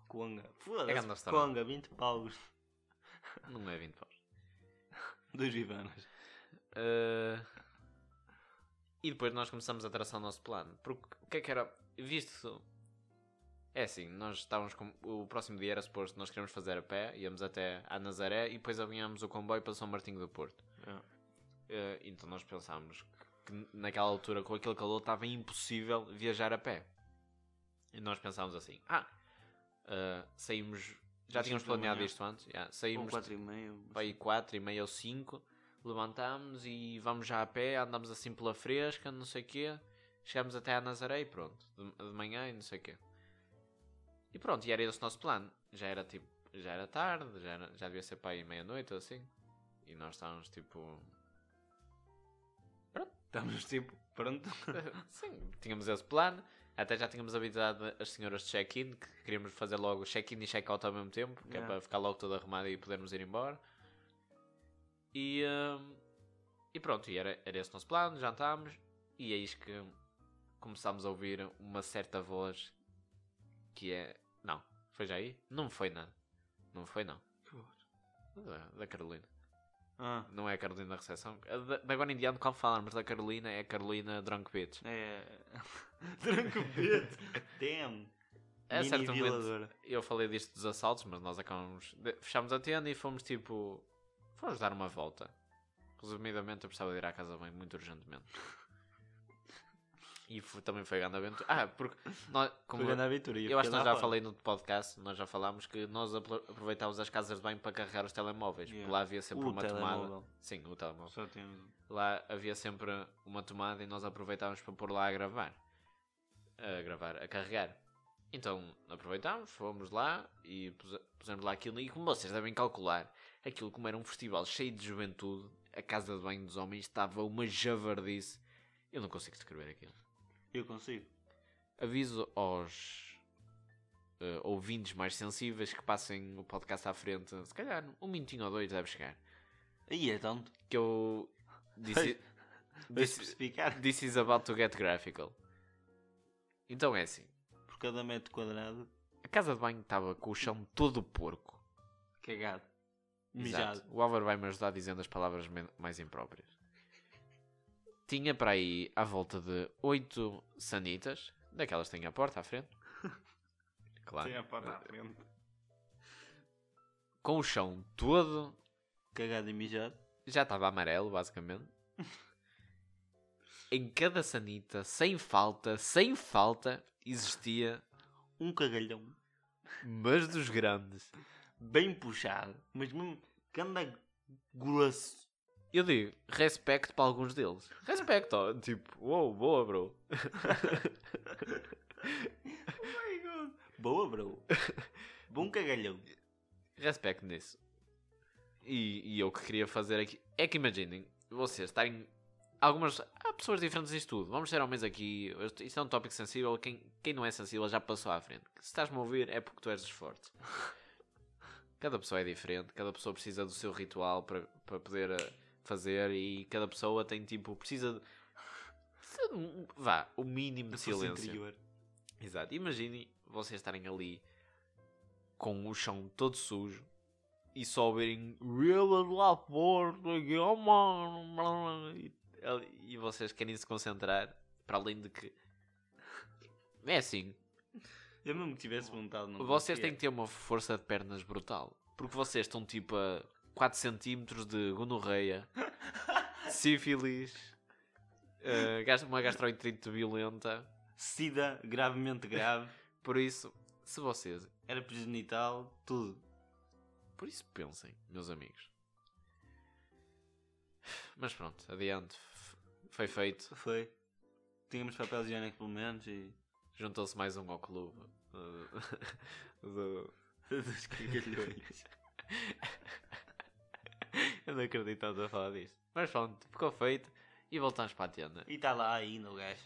Conga. É grande Foda-se, restaurante. Conga, 20 paus. [laughs] Não é 20 paus. Dos bifanas. Uh, E depois nós começamos a traçar o nosso plano. Porque o que é que era. Visto. É assim, nós estávamos com. O próximo dia era suposto nós queríamos fazer a pé, íamos até a Nazaré e depois apanhámos o comboio para São Martinho do Porto. É. Uh, então nós pensámos que naquela altura, com aquele calor, estava impossível viajar a pé. E nós pensámos assim: ah, uh, saímos. Já Às tínhamos cinco da planeado manhã. isto antes. já, Ou saímos 4 e meio. para aí 4 e meia ou 5, levantámos e vamos já a pé, andamos assim pela fresca, não sei o quê, chegámos até a Nazaré e pronto, de, de manhã e não sei o quê. E pronto, e era esse o nosso plano. Já era tipo, já era tarde, já, era- já devia ser para aí meia-noite ou assim. E nós estávamos tipo. Estamos tipo, pronto. [laughs] Sim, tínhamos esse plano. Até já tínhamos avisado as senhoras de check-in que queríamos fazer logo check-in e check-out ao mesmo tempo, que é Yeah. para ficar logo toda arrumada e podermos ir embora. E, hum, e pronto, e era, era esse o nosso plano, jantámos, e eis que começámos a ouvir uma certa voz que é. Não, foi já aí? Não foi nada. Não foi não. Que voz? Da, da Carolina. Ah, Não é a Carolina da recepção. A da- De agora em diante, quando falarmos da Carolina, é a Carolina Drunk Bitch. é. [laughs] Tranquilo. [laughs] Damn. A Mini É certo um momento, violadora. eu falei disto dos assaltos, mas nós acabamos. de- Fechámos a tenda e fomos tipo. Fomos dar uma volta. Resumidamente, eu precisava de ir à casa bem muito urgentemente. E fo- também foi a grande aventura. Ah, porque. Nós, como Foi grande aventura. e eu acho fiquei que lá nós já fora. falei no podcast, nós já falámos que nós apro- aproveitávamos as casas de banho para carregar os telemóveis. Yeah. Porque lá havia sempre O é uma tomada. telemóvel. Sim, o telemóvel é Só um. temos. lá havia sempre uma tomada e nós aproveitávamos para pôr lá a gravar. A gravar, a carregar. Então aproveitámos, fomos lá e puse- pusemos lá aquilo. E como vocês devem calcular, aquilo como era um festival cheio de juventude, a casa de banho dos homens estava uma javardice. Eu não consigo descrever aquilo. Eu consigo. Aviso aos eh, ouvintes mais sensíveis que passem o podcast à frente. Se calhar um minutinho ou dois deve chegar. Aí é tanto. Que eu disse. This- especificar. This is about to get graphical. Então é assim. Por cada metro quadrado, A casa de banho estava com o chão todo porco. cagado. Exato. Mijado. O Álvaro vai me ajudar dizendo as palavras men- mais impróprias. Tinha para aí à volta de 8 sanitas, daquelas que têm a porta à frente. Claro. Tem a parte à frente. Com o chão todo, Cagado e mijado. já estava amarelo, basicamente. em cada sanita, sem falta, sem falta, existia, Um cagalhão. mas dos grandes. Bem puxado. Mas mesmo que anda grosso. Eu digo, respeito para alguns deles. Respeito, ó, tipo, uou, boa, bro. Boa, [laughs] bro. Bom cagalhão. respeito nisso. E, e eu que queria fazer aqui é que imaginem vocês estarem. Algumas. Há pessoas diferentes nisto tudo. Vamos ser homens aqui. Isto- Isto é um tópico sensível. Quem, quem não é sensível já passou à frente. Se estás-me a ouvir é porque tu és forte. Cada pessoa é diferente. Cada pessoa precisa do seu ritual para, para poder eh, fazer. E cada pessoa tem tipo. Precisa de. precisa de um- Vá, o mínimo de silêncio. Exato. Imaginem vocês estarem ali com o chão todo sujo e só ouvirem "Vila lá fora, que é uma-" e, e vocês querem se concentrar para além de que [laughs] é assim, Eu mesmo que tivesse vontade, não vocês conseguia. têm que ter uma força de pernas brutal porque vocês estão tipo a 4 centímetros de gonorreia sífilis eh, gastro- uma gastroenterite violenta Sida, gravemente grave. por isso, se vocês Era progenital, tudo. Por isso pensem, meus amigos. Mas pronto, adiante. F- Foi feito. Foi. Tínhamos papel higiênico pelo menos e. [laughs] Juntou-se mais um ao clube. [laughs] uh, do- dos cagalhões. Eu não acredito que estamos a falar disto. Mas pronto, ficou feito. E voltamos para a tenda. E está lá ainda o gajo.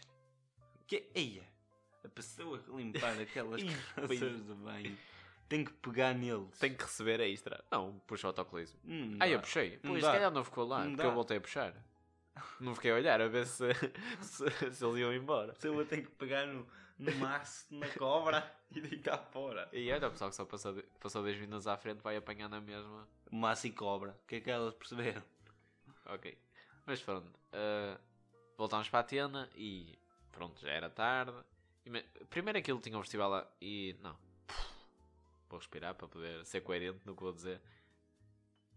Que eia! A pessoa que limpar aquelas [laughs] Ih, calças de banho tem que pegar neles. Tenho que receber a extra. Não, puxa o autocolismo. Hum, Ah, eu dá. puxei. Não Pois, dá. se calhar não ficou lá, Não porque dá. eu voltei a puxar. Não fiquei a olhar a ver se, [laughs] se, se eles iam embora. A pessoa tem que pegar no, no maço, na cobra [laughs] e deitar fora. E olha, o pessoal que só passou, de- passou 10 minutos à frente vai apanhar na mesma. Maço e cobra. O que é que elas perceberam? Ok. Mas pronto. ah, voltámos para a tenda e pronto, já era tarde. Ima- Primeiro aquilo tinha um festival lá e. não. Vou respirar para poder ser coerente no que vou dizer.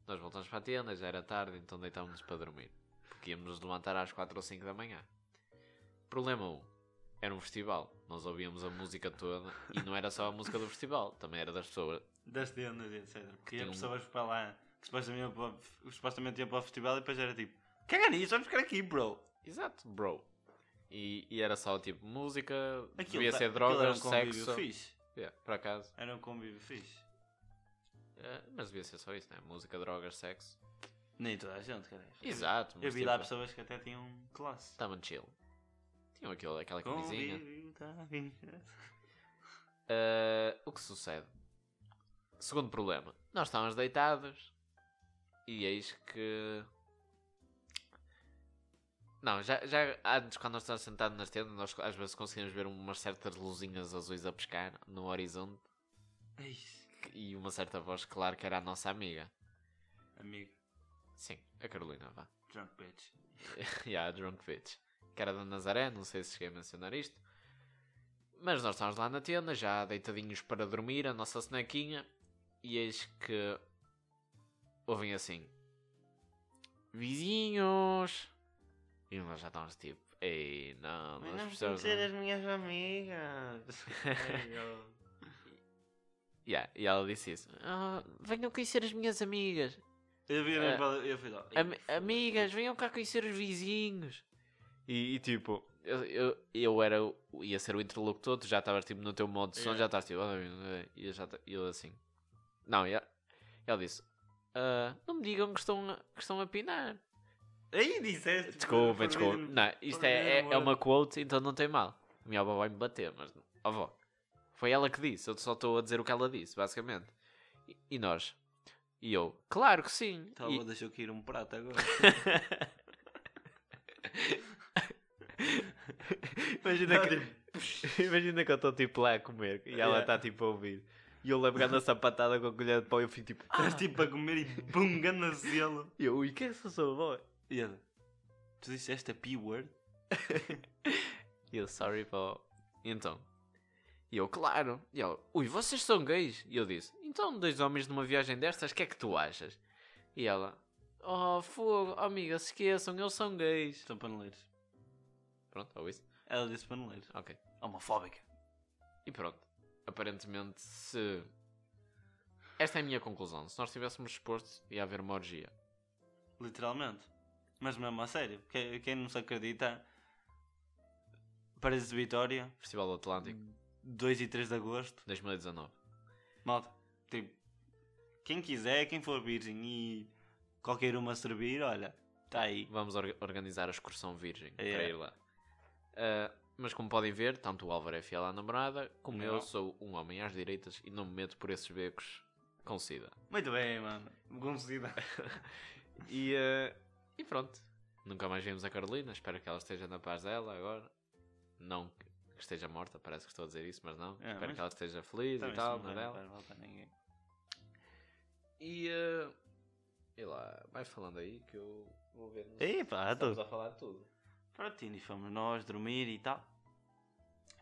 Nós voltámos para a tenda, já era tarde, então deitámos-nos para dormir. Porque íamos nos levantar às 4 ou 5 da manhã. Problema 1. Era um festival. Nós ouvíamos a música toda e não era só a música do festival, também era das pessoas. Das tendas, etc. Porque Tem as um- pessoas para lá, supostamente iam para, o f- supostamente iam para o festival e depois era tipo: Caga nisso, vamos ficar aqui, bro. Exato, bro. E, e era só tipo música, Aquilo devia tá- ser aquilo era drogas, um convívio sexo. fixe. Yeah, por acaso. Era um convívio fixe. Eh, mas devia ser só isso, né? Música, drogas, sexo. Nem toda a gente, caralho. Exato, mas Eu vi lá tipo, Tá, pessoas que até tinham classe. estavam chill. Tinham aquilo, aquela camisinha. Convívio, tá bem. Eh, o que sucede? Segundo problema. Nós estávamos deitados. E eis que. Não, já, já antes, quando nós estávamos sentados nas tendas, nós às vezes conseguíamos ver umas certas luzinhas azuis a pescar no horizonte. É isso. E uma certa voz, claro, que era a nossa amiga. Amigo, Sim, a Carolina, vá. [laughs] drunk bitch. yeah, a Drunk Bitch. Que era da Nazaré, não sei se cheguei a mencionar isto. Mas nós estávamos lá na tenda, já deitadinhos para dormir, a nossa snaquinha. E eis que ouvem assim: Vizinhos! E nós já estávamos tipo: Ei, não, nós precisamos. de um-" minhas [laughs] amigas. Yeah, e ela disse isso: "Ah, Venham conhecer as minhas amigas. eu vi É. a eu fui lá. Am- amigas, venham cá conhecer os vizinhos. E, e, tipo, eu, eu, eu era, o- ia ser o interlocutor, tu já estavas tipo no teu modo de som, Yeah. já estás tipo, "Ah, ah, ah", e eu, já, ta- e eu assim. Não, e ela, ela disse: "Ah, Não me digam que estão, a- que estão a pinar. Aí disseste. Desculpa, foi- desculpa. foi- Não, isto é, é, é uma quote, então não tem mal. Minha avó vai me bater, mas. não- Avó, foi ela que disse, eu só estou a dizer o que ela disse, basicamente. E, e nós? E Tá, eu, claro que sim. Então E- [laughs] deixou cair um prato agora. Imagina que, [laughs] imagina que eu estou tipo lá a comer e ela Yeah. está tipo a ouvir. E eu levo na sapatada com a colher de pau e eu fico tipo, Estás tipo a comer e bum, ganda zelo. e eu, e que é essa sua voz? E ele, tu disse esta P-word? E eu, sorry, pá. E Então. E eu, claro. E ela, ui, vocês são gays? E eu disse, então, dois homens numa viagem destas, o que é que tu achas? E ela, oh, fogo, oh, amiga, se esqueçam, eles são gays. Então, São paneleiros. Pronto, ou isso? é um Ela disse paneleiros. Ok. Homofóbica. E pronto. Aparentemente, se. Esta é a minha conclusão. Se nós estivéssemos expostos, ia haver uma orgia. Literalmente. Mas mesmo a sério. Quem, quem não se acredita, Paredes de Vitória, Festival do Atlântico, 2 e 3 de agosto. 2019. Malta, tipo, quem quiser, quem for virgem e qualquer uma servir, olha, está aí. Vamos or- organizar a excursão virgem para Yeah. ir lá. Ah, mas como podem ver, tanto o Álvaro é fiel à namorada, como eu Não. sou um homem às direitas e não me meto por esses becos com sida. Muito bem, mano. Gonzida. E, ah, e pronto. Nunca mais vimos a Carolina. Espero que ela esteja na paz dela agora. Não que que esteja morta, parece que estou a dizer isso, mas não. É, Espero mas- um que ela esteja feliz e tal, na dela. E. eh, sei lá, vai falando aí que eu vou ver. se Ei, pá, estamos tô- a falar de tudo. Pronto, e fomos nós dormir e tal.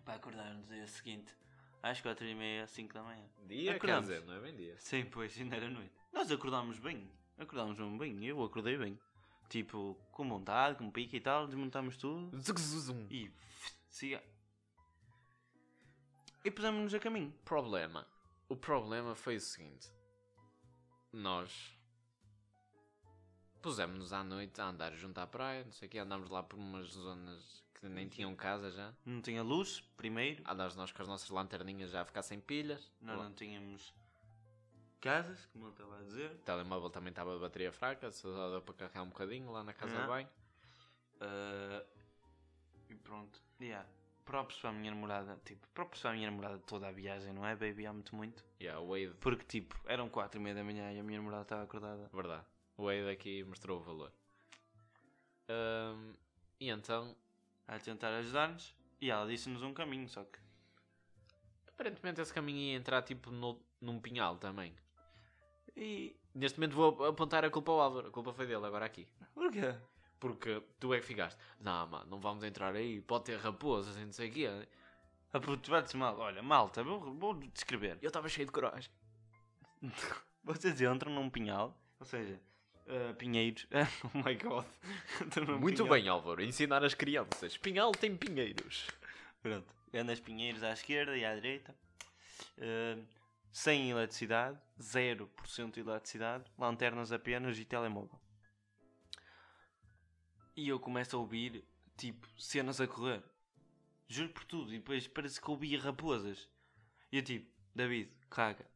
Para acordar-nos dia seguinte, às 4h30, 5 da manhã. Dia, Acordamos. quer dizer, não é bem dia. Sim, pois, ainda era noite. Nós acordámos bem. Acordámos mesmo bem. Eu acordei bem. Tipo, com vontade, com pique e tal. Desmontámos tudo. E. siga. E pusemos-nos a caminho. Problema. O problema foi o seguinte: nós pusemos-nos à noite a andar junto à praia, não sei o que, andámos lá por umas zonas que nem tinham casa já. Não tinha luz, primeiro. Andámos nós com as nossas lanterninhas já a ficar sem pilhas. Nós O não tínhamos casas, como ele estava a dizer. telemóvel também estava de bateria fraca, só dava para carregar um bocadinho lá na casa Yeah. de banho. Ah, e pronto. Yeah. Próprios para a minha namorada. Tipo, próprios para a minha namorada toda a viagem, não é, baby? Amo-te muito. Yeah, o Wade, Porque, tipo, eram quatro e meia da manhã e a minha namorada estava acordada. verdade. O Wade aqui mostrou o valor. Ahm, e então, a tentar ajudar-nos e ela disse-nos um caminho, só que aparentemente esse caminho ia entrar tipo no- num pinhal também. e Neste momento vou apontar a culpa ao Álvaro. A culpa foi dele, agora aqui. porquê? Porque tu é que ficaste. Não, mano, não vamos entrar aí. Pode ter raposas e não sei o quê. A puto bate-se mal, olha, malta, vou, vou descrever. Eu estava cheio de coragem. Vocês entram num pinhal, ou seja, ah, pinheiros. [laughs] oh my god. Entram num Muito pinhal. bem, Álvaro. Ensinar as crianças. Pinhal tem pinheiros. Pronto. Andas pinheiros à esquerda e à direita. Ah, sem eletricidade, 0% de eletricidade, lanternas apenas e telemóvel. E eu começo a ouvir, tipo, cenas a correr. Juro por tudo. E depois parece que ouvia raposas. E eu tipo, David, caga.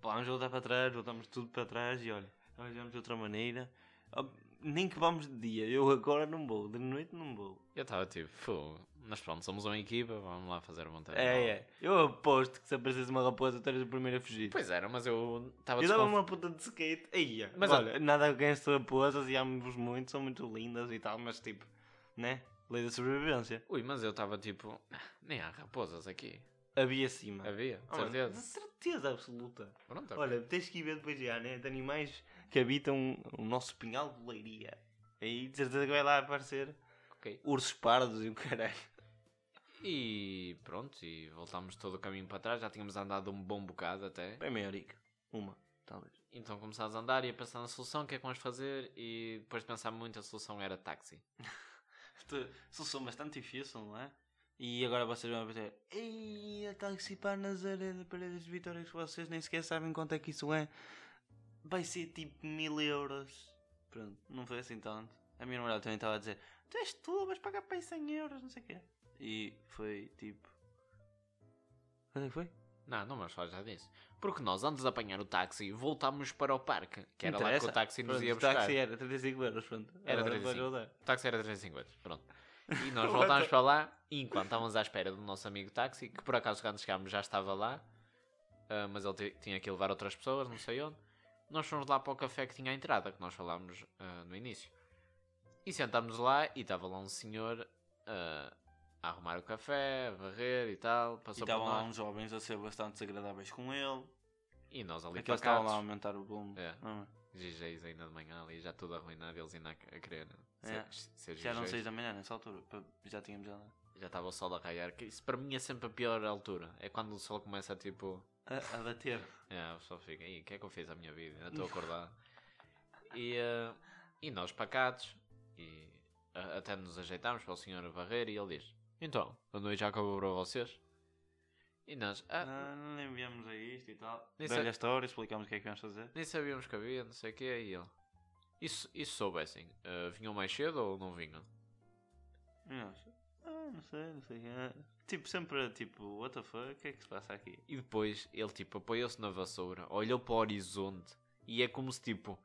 Pá, Vamos voltar para trás, voltamos tudo para trás e olha, arranjamos de outra maneira. Ah, Nem que vamos de dia, eu agora não vou, de noite não vou. Eu estava tipo, fogo. Mas pronto, somos uma equipa. Vamos lá fazer a vontade. do É, Álvaro." é. Eu aposto que se aparecesse uma raposa, tu eras o primeiro a fugir. Pois era, mas eu estava eu dava desconf- uma puta de skate. Aí, mas Mas olha, nada against raposas e amo-vos muito, são muito lindas e tal, mas tipo, né? Lei da sobrevivência. Ui, mas eu estava tipo, "Ah, nem há raposas aqui. Havia cima. Havia, Oh, de Ah, mano, de certeza. certeza absoluta. Pronto, Olha, tens que ir ver depois já, né? De animais que habitam o nosso pinhal de leiria. Aí de certeza que vai lá aparecer ok. ursos pardos e o caralho. E pronto, e voltámos todo o caminho para trás. Já tínhamos andado um bom bocado até. Bem meia horica. Uma, talvez. Então começámos a andar e a pensar na solução, o que é que vamos fazer? E depois de pensar muito, a solução era táxi. Isto- Solução bastante difícil, não é? E agora vocês vão dizer, ei, a táxi para Nazaré de Paredes de Vitória, que vocês nem sequer sabem quanto é que isso é. Vai ser tipo mil euros. Pronto, não foi assim tanto. A minha namorada também estava a dizer, tu és tu, vais pagar para aí 100 euros, não sei o quê. E foi tipo... Quanto é que foi? Não, não vamos falar já disso. Porque nós, antes de apanhar o táxi, voltámos para o parque, que era lá que o Interessa. táxi nos Pronto, ia O buscar. táxi era 35 euros, pronto. Era Agora 35. vai rodar. O táxi era 350, pronto. E [laughs] nós voltámos para lá, e enquanto estávamos à espera do nosso amigo táxi, que por acaso quando chegámos já estava lá, ah, mas ele te- tinha que levar outras pessoas, não sei onde. Nós fomos lá para o café que tinha a entrada, que nós falámos ah, no início. E sentámos lá, e estava lá um senhor ah, a arrumar o café, a varrer e tal. E Passou por estavam lá um nós. uns jovens a ser bastante desagradáveis com ele. E nós ali Aqueles estavam lá a pacatos. aumentar o volume. É. não é? GGs ainda de manhã ali, já tudo arruinado. Eles ainda a a querer né? É. ser, ser Já eram GGs. 6 da manhã nessa altura. pa- Já tínhamos já. Já estava o sol a raiar. que Isso para mim é sempre a pior altura. É quando o sol começa a tipo. A, a bater. É, o pessoal fica, "Ih, o que é que eu fiz à minha vida? Ainda estou acordado. e, eh, e nós pacatos, e a- até nos ajeitámos para o senhor varrer e ele diz: Então, a noite já acabou para vocês? E nós, [laughs] "Ah, Ah, não enviamos a isto e tal. Nem Dei-lhe sei- a história, explicámos o que é que íamos fazer. nem sabíamos que havia, não sei o que, e ele. E se, e se soubessem, eh, vinham mais cedo ou não vinham? E nós, ah, não sei, não sei. ah. Tipo, sempre tipo, what the fuck, o que é que se passa aqui? E depois ele tipo apoiou-se na vassoura, olhou para o horizonte e é como se tipo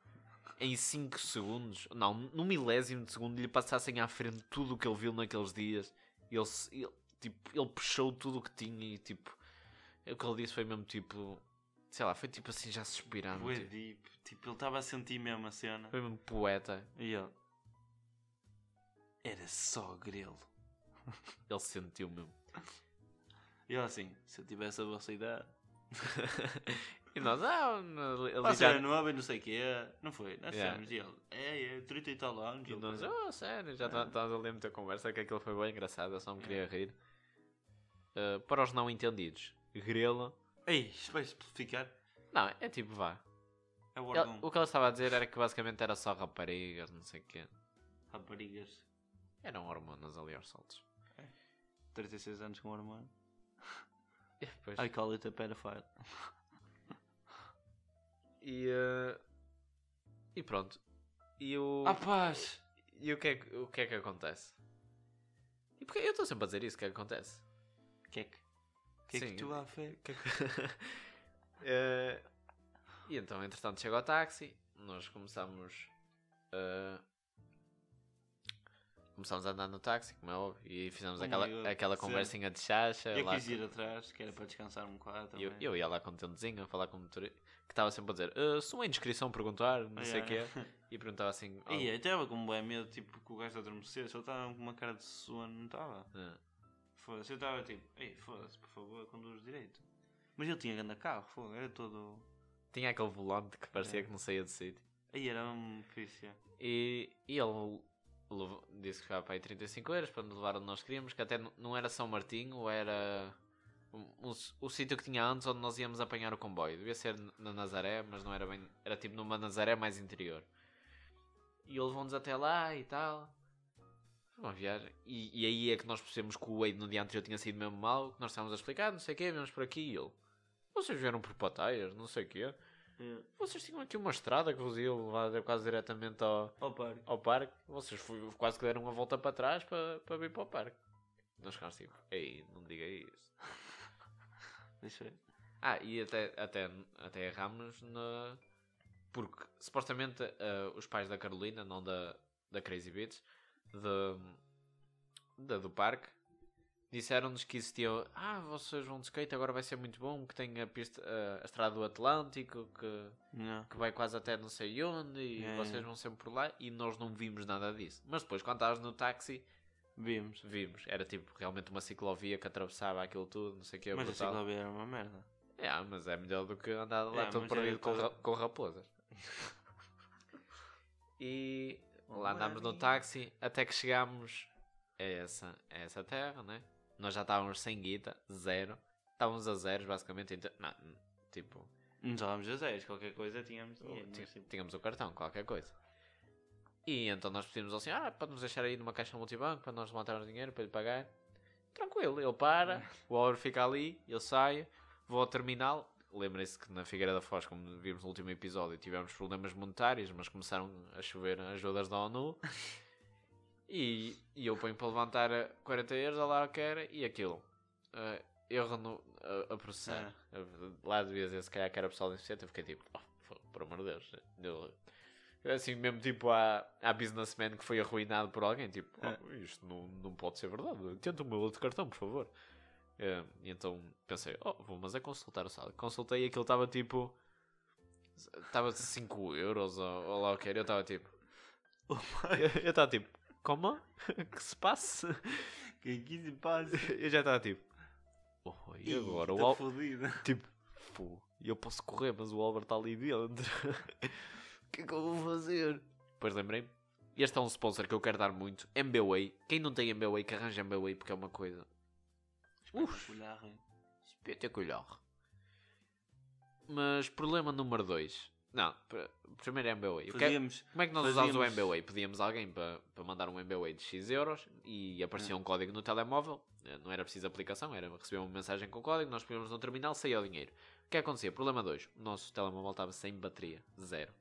em 5 segundos, não, num milésimo de segundo lhe passassem à frente tudo o que ele viu naqueles dias. Ele, se- ele, tipo, ele puxou tudo o que tinha e tipo o que ele disse foi mesmo tipo, sei lá, foi tipo assim já suspirando. Bué tipo, deep. Tipo, ele estava a sentir mesmo a cena. foi mesmo poeta. E ele. Era só grelo. Ele sentiu mesmo. E ele assim, se eu tivesse a vossa idade. E nós, ah, ele Você era já, nova e não sei o quê. Não foi? Nós Yeah. dissemos. E ele, é, é, 30 e tal anos. e ele, nós, "Ah, oh, sério, já estás ali a meter conversa que aquilo foi bem engraçado, eu só me É. queria rir. Ah, para os não entendidos, grelo Ei, isto vai simplificar. Não, é tipo, vá. É o Ele- órgão. o que ele estava a dizer era que basicamente era só raparigas, não sei o quê. Raparigas. Eram hormonas ali aos saltos. 36 anos com hormônio. E depois... I call it a pedophile. E, eh, e pronto. E o... Ah, paz! E o que, é, que- o que é que acontece? E porque eu estou sempre a dizer isso, o que é que acontece? Que é que. Que é que Sim. tu há fé? Que é que- Eh, e então, entretanto, chega o táxi. Nós começamos... eh, Começámos a andar no táxi, como é óbvio, e fizemos Oh my God, aquela, aquela sim. conversinha de chacha. Eu é lá quis com- ir atrás, que era para descansar um bocado E também. Eu, eu ia lá contentezinho a falar com o motorista que estava sempre a dizer "Ah, se uma inscrição perguntar, não sei o que quê. [laughs] E perguntava assim: "Ah, E eu estava com um bem medo, tipo, que o gajo adormecesse. Ele estava com uma cara de sono, não estava? ah, Foda-se, eu estava tipo, ei, foda-se, por favor, conduz direito. Mas ele tinha grande carro, fogo, era todo. Tinha aquele volante que parecia que não saía do sítio. Aí era um polícia. E, e ele levou- disse que ficava para aí 35 euros para nos levar onde nós queríamos, que até n- não era São Martinho, era um- um s- o sítio que tinha antes onde nós íamos apanhar o comboio. Devia ser n- na Nazaré, mas não era bem. Era tipo numa Nazaré mais interior. E ele levou-nos até lá e tal. Foi uma viagem. E, e aí é que nós percebemos que o Wade no dia anterior tinha sido mesmo mal, que nós estávamos a explicar, "Ah, não sei o quê, viemos por aqui e ele. Vocês vieram por Pataias, não sei o quê. Vocês tinham aqui uma estrada que vos ia levar quase diretamente ao, Ó, pare. ao parque, vocês fo- quase que deram uma volta para trás para, para vir para o parque. Nós ficámos tipo, ei, não diga isso. Deixa eu ver. Ah, e até, até, até erramos na. Porque supostamente ah, os pais da Carolina, não da, da Crazy Beats, de- da, do parque, disseram-nos que existiam. Ah, vocês vão de skate, agora vai ser muito bom, que tem a, pista, ah, a, a estrada do Atlântico, que Não. que vai quase até não sei onde e É. vocês vão sempre por lá e nós não vimos nada disso. Mas depois, quando estávamos no táxi, Vimos. vimos. Era tipo realmente uma ciclovia que atravessava aquilo tudo, não sei o que. Mas assim a É brutal. ciclovia era uma merda. É, mas é melhor do que andar lá É, todo mas era perdido com, todo- ra- com raposas. e lá Olá, andámos no amigo. táxi até que chegámos a essa, a essa terra, né? Nós já estávamos sem guita, zero. Estávamos a zeros, basicamente. Então, não, tipo, Não estávamos a zeros, qualquer coisa tínhamos Ou dinheiro. ti- mas, tipo, tínhamos o cartão, qualquer coisa. E então nós pedimos ao senhor, ah, para nos deixar aí numa caixa multibanco, para nós levantarmos dinheiro, para lhe pagar. Tranquilo, ele para, o Auro fica ali, eu saio, vou ao terminal. Lembrem-se que na Figueira da Foz, como vimos no último episódio, tivemos problemas monetários, mas começaram a chover ajudas da ONU. E, e eu ponho para levantar eh, 40 euros, olha lá o que era, e aquilo. Eh, erro no, a, a processar. Eh, Lá devia dizer, se calhar, que era pessoal de insuficiente. Eu fiquei tipo, oh, fo- por amor de Deus. Deu- eu assim, mesmo tipo, há, há businessman que foi arruinado por alguém. Tipo, oh, isto não, não pode ser verdade. Tenta o meu outro cartão, por favor. Eh, e então pensei, oh, vou, mas é consultar o saldo. Consultei e aquilo estava tipo. Estava 5 euros ou, ou lá o que era. Eu [laughs] estava tipo. eu estava tipo, como? que se passa? que Em 15 passos. Eu já estava tipo. Oh, e Ih, agora? O tá Al... fodido. Tipo, pô, eu posso correr, mas o tá Albert está ali [laughs] dentro. O que é que eu vou fazer? Depois lembrei-me. Este é um sponsor que eu quero dar muito. MBWay. Quem não tem MBWay, que arranja MBWay porque é uma coisa Espetacular, hein? espetacular. Mas problema número 2. Não, pr- primeiro é MBWay. Eu quero- Fazíamos. Como é que nós usávamos Fazíamos- o MBWay? Pedíamos alguém para para mandar um MBWay de X euros e aparecia um código no telemóvel. Eh, Não era preciso aplicação, era receber uma mensagem com código, nós pegamos no terminal, saía o dinheiro. O que é que acontecia? Problema 2. O nosso telemóvel estava sem bateria. Zero.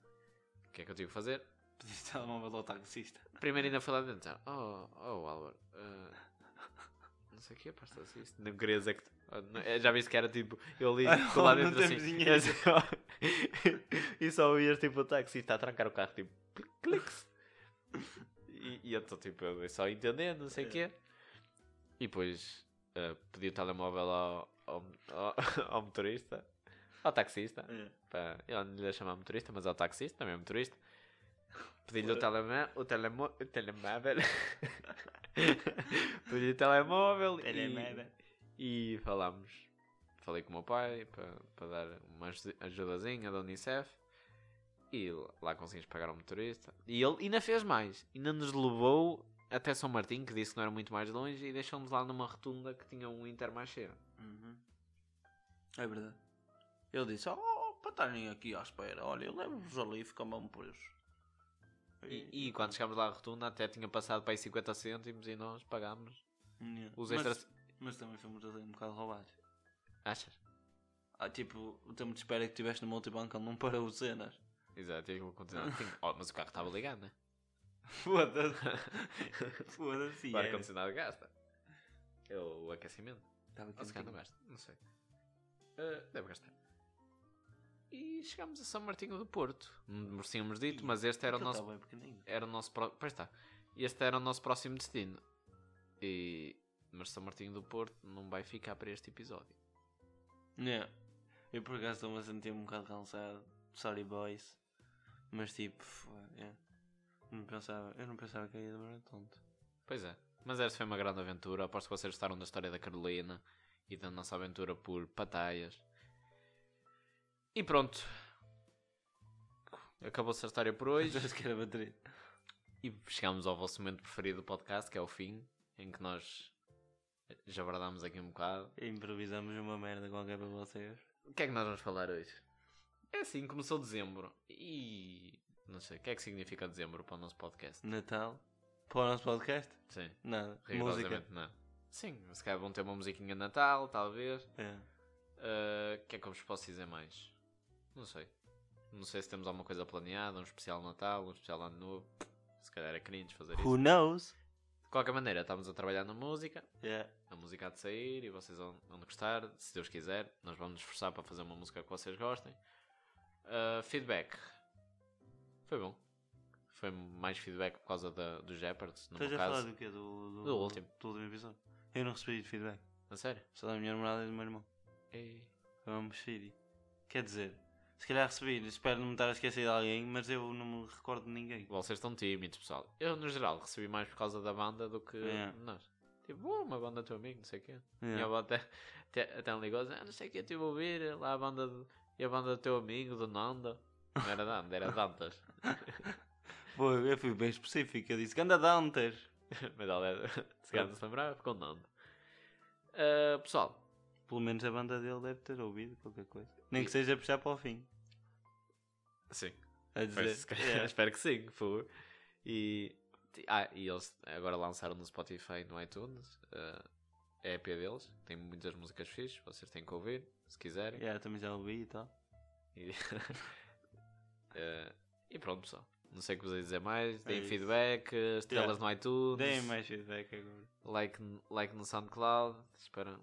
O que é que eu tive que fazer? Podia estar uma bela taxista. Primeiro ainda foi lá dentro. disseram, Oh, oh Álvaro. ah, não sei o que é pasta [laughs] assiste. Não queria dizer que. ah, não- eh, já viste que era tipo. [laughs] Eu li Ah, tu lá não dentro assim. temos dinheiro. e assim, ó, [laughs] e só ouvias tipo o taxista a trancar o carro tipo. Cliques. E, e eu estou tipo. Eu só entendendo, não sei o quê. E depois ah, pedi o telemóvel ao, ao, ao, [laughs] ao motorista. Ao taxista. É. Pá, eu não lhe chamar motorista, mas ao taxista, também é motorista. Pedi-lhe o telemóvel. O telemo, o telemóvel. [laughs] Pedi o telemóvel. Telemóvel. E, e falámos. Falei com o meu pai para, para dar uma aju- ajudazinha da Unicef. E lá conseguimos pagar o motorista. E ele ainda fez mais. Ainda nos levou até São Martim, que disse que não era muito mais longe, e deixou-nos lá numa rotunda que tinha um Intermarché. Uhum. É verdade. Ele disse: Oh, para estarem aqui à espera, olha, eu levo-vos ali e fica ao mesmo preço. E, e quando chegámos lá à rotunda, até tinha passado para aí 50 cêntimos e nós pagámos Yeah. os Mas- extras. Mas, também fomos ali um bocado roubados. Achas? Ah, tipo, o tempo de espera que tiveste no multibanco ele não parou os [laughs] cenas. Exato, eu vou continuar. [laughs] Tinha- Oh, mas o carro estava ligado, né? Foda-se. Foda-se. O era. ar-condicionado gasta. É o aquecimento. Estava Ou Ah, se calhar não quentinho. gasta, não sei. Ah, deve gastar. E chegámos a São Martinho do Porto. Hum, Nos tínhamos dito, mas este era o Aquilo nosso estava bem pequenino. era o nosso pro... pois está. Este era o nosso próximo destino. E... Mas São Martinho do Porto não vai ficar para este episódio. Yeah. Eu por acaso estou-me a sentir um bocado cansado. Sorry, boys. Mas tipo, f- yeah. não pensava, eu não pensava que ia demorar tanto. [laughs] Pois é. Mas esta foi uma grande aventura. Aposto que vocês gostaram da história da Carolina e da nossa aventura por Pataias. E pronto. Acabou-se a história por [laughs] hoje. Acho que era bateria. E chegámos ao vosso momento preferido do podcast, que é o fim, em que nós já abordámos aqui um bocado. Improvisamos uma merda qualquer para vocês. O que é que nós vamos falar hoje? É assim, começou dezembro e. Não sei, o que é que significa dezembro para o nosso Hum, podcast? Natal. Para o nosso podcast? Sim, Nada. Música. rigorosamente não. Sim, se calhar vão ter uma musiquinha de Natal, talvez. É. Ah, O que é que eu vos posso dizer mais? Não sei. Não sei se temos alguma coisa planeada, um especial Natal, um especial Ano Novo. Se calhar é cringe fazer isso. Who knows? De qualquer maneira, estamos a trabalhar na música, Yeah. a música há de sair e vocês vão, vão gostar, se Deus quiser. Nós vamos nos esforçar para fazer uma música que vocês gostem. Ah, feedback. Foi bom. Foi mais feedback por causa da, do Jeopardy, no Estás meu a falar caso. do quê? Do, do, Do último. do último episódio? Eu não recebi feedback. A sério? Só da minha namorada e do meu irmão. Ei. Foi um shitty. Quer dizer, se calhar recebi, espero não me estar a esquecer de alguém, mas eu não me recordo de ninguém. Vocês estão tímidos, pessoal. Eu, no geral, recebi mais por causa da banda do que É. de nós. Tipo, oh, uma banda teu amigo, não sei o quê. Minha Yeah. avó até, até, até me ligou ah, não sei o que, eu estive a ouvir lá a banda, de- e a banda do teu amigo, do Nanda. Não era Nanda, era [laughs] Dantas. [laughs] Foi, eu fui bem específico, eu disse, ganda Dantas. Mas ela era, se calhar não se lembrava, ficou Nanda. Ah, pessoal, Pelo menos a banda dele deve ter ouvido qualquer coisa. Nem E- que seja puxar para o fim. sim, A pois, dizer, é. se calhar, yeah. [laughs] espero que sim, por favor. E, ah, e eles agora lançaram no Spotify e no iTunes ah, a EP deles, tem muitas músicas fixas, vocês têm que ouvir, se quiserem. Yeah, também já ouvi e tal. E, [laughs] Eh, e pronto, pessoal. Não sei o que vos ia dizer mais. Deem É isso. feedback, eh, estrelas no iTunes, Deem mais feedback agora. like, n- like no SoundCloud. Esperam.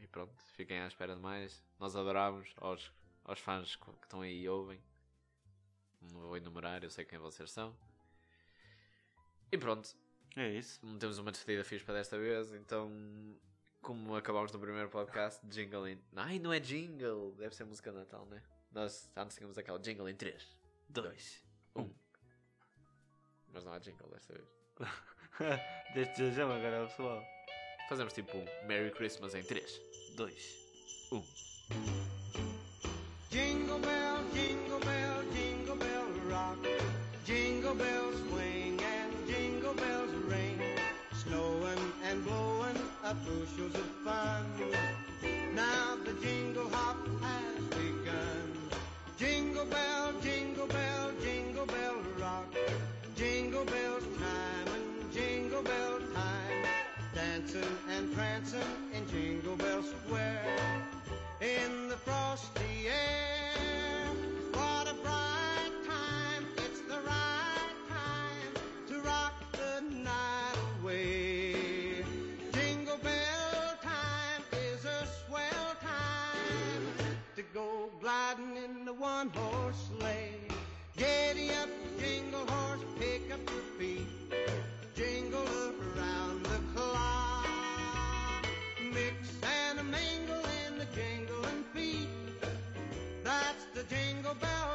E pronto, fiquem à espera de mais. Nós adorámos aos, aos fãs que que estão aí e ouvem. Não vou enumerar, eu sei quem vocês são. E pronto, É isso. não temos uma despedida fixe para desta vez, então. Como acabámos no primeiro podcast, jingle em. Ai, não é jingle! Deve ser música de Natal, né? Nós antes tínhamos aquela jingle em 3. [laughs] Dois. Mas não há jingle desta vez. Deste desejão agora ao pessoal. Fazemos tipo um Merry Christmas em 3. Dois. Jingle bell, jingle bell, jingle bell rock. Jingle bells swing and jingle bells ring. Snowing and blowing up bushels of fun. Now the jingle hop has begun. Jingle bell, jingle bell, jingle bell rock. Jingle bells time and jingle bell time. Dancing and prancing in Jingle Bell Square in the frosty air. What a bright time, it's the right time to rock the night away. Jingle bell time is a swell time to go gliding in the one horse sleigh. Giddy up, jingle horse, pick up your feet. Jingle around the clock. Mix and a mingle in the jingling feet. That's the jingle bell